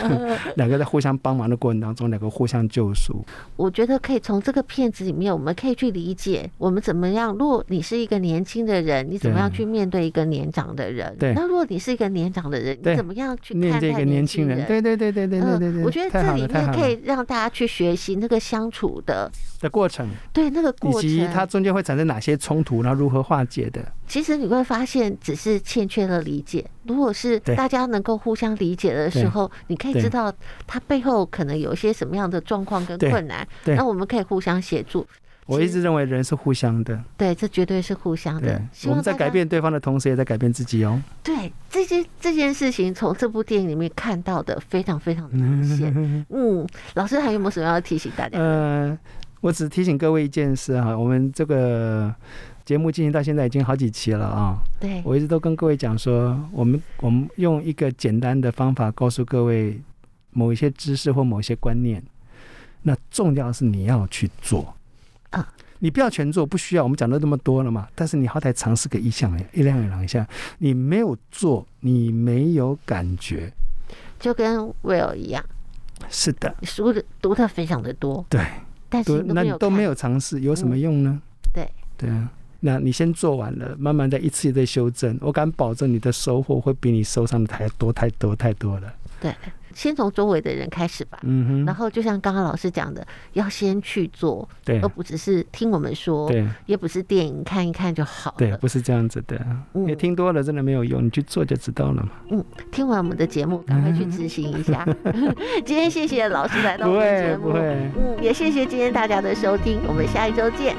*laughs*
两个在互相帮忙的过程当中，两个互相救赎，
我觉得可以从这个片子里面，我们可以去理解我们怎么样。如果你是一个年轻的人，你怎么样去面对一个年长的人？
对
那如果你是一个年长的人，你
对
怎么样去
念
看
这
待
个年
轻嗯
轻人，对对对对对对对
嗯，
对，
我觉得
太
这
好
里
了太
面
好
可
了
以让大家去学习那个相处的，
的过程，
对那个
以
过
及它
程。
中间会产生哪些冲突，然后如何化解的。
其实你会发现，只是欠缺了理解。如果是
对
大家能够互相理解的时候，你可以
对
知道他背后可能有一些什么样的状况跟
对
困难，
对
那我们可以互相协助。
我一直认为人是互相的，
对，这哦绝对是互相
对
的。希，
我
望
们在
大家
改变对方的同时，也在改变自己哦。
对这些这件事情，从这部电影里面看到的非常非常的明
*laughs*
显。嗯，老师还有没有什么要提醒大家？
呃，我只提醒各位一件事哈，我们这个节目进行到现在已经好几期了啊，
对，
我一直都跟各位讲说，我们我们用一个简单的方法告诉各位某一些知识或某一些观念，那重要是你要去做
啊。
你不要全做，不需要。我们讲了那么多了嘛，但是你好歹尝试个一项一两两一下，你没有做，你没有感觉。
就跟 Will 一样，
是的，
书的读的非常的多，
对，
但是
都
你都
那
没
你
有
都没
看嗯
有尝试，有什么用呢？
对
对啊，那你先做完了，慢慢再一次的修正，我敢保证你的收获会比你受伤的还多太多太多了。
对，先从周围的人开始吧。
嗯哼，
然后就像刚刚老师讲的，要先去做，
对
而不只是听我们说，
对
也不是电影看一看就好
对，
了。
不是这样子的，
嗯
也听多了真的没有用，你去做就知道了嘛。
嗯，听完我们的节目，赶快去执行一
*laughs*
下。 *laughs* 今天谢谢老师来到我
不
们
会
节目，
不会，
嗯，也谢谢今天大家的收听，我们下一周见，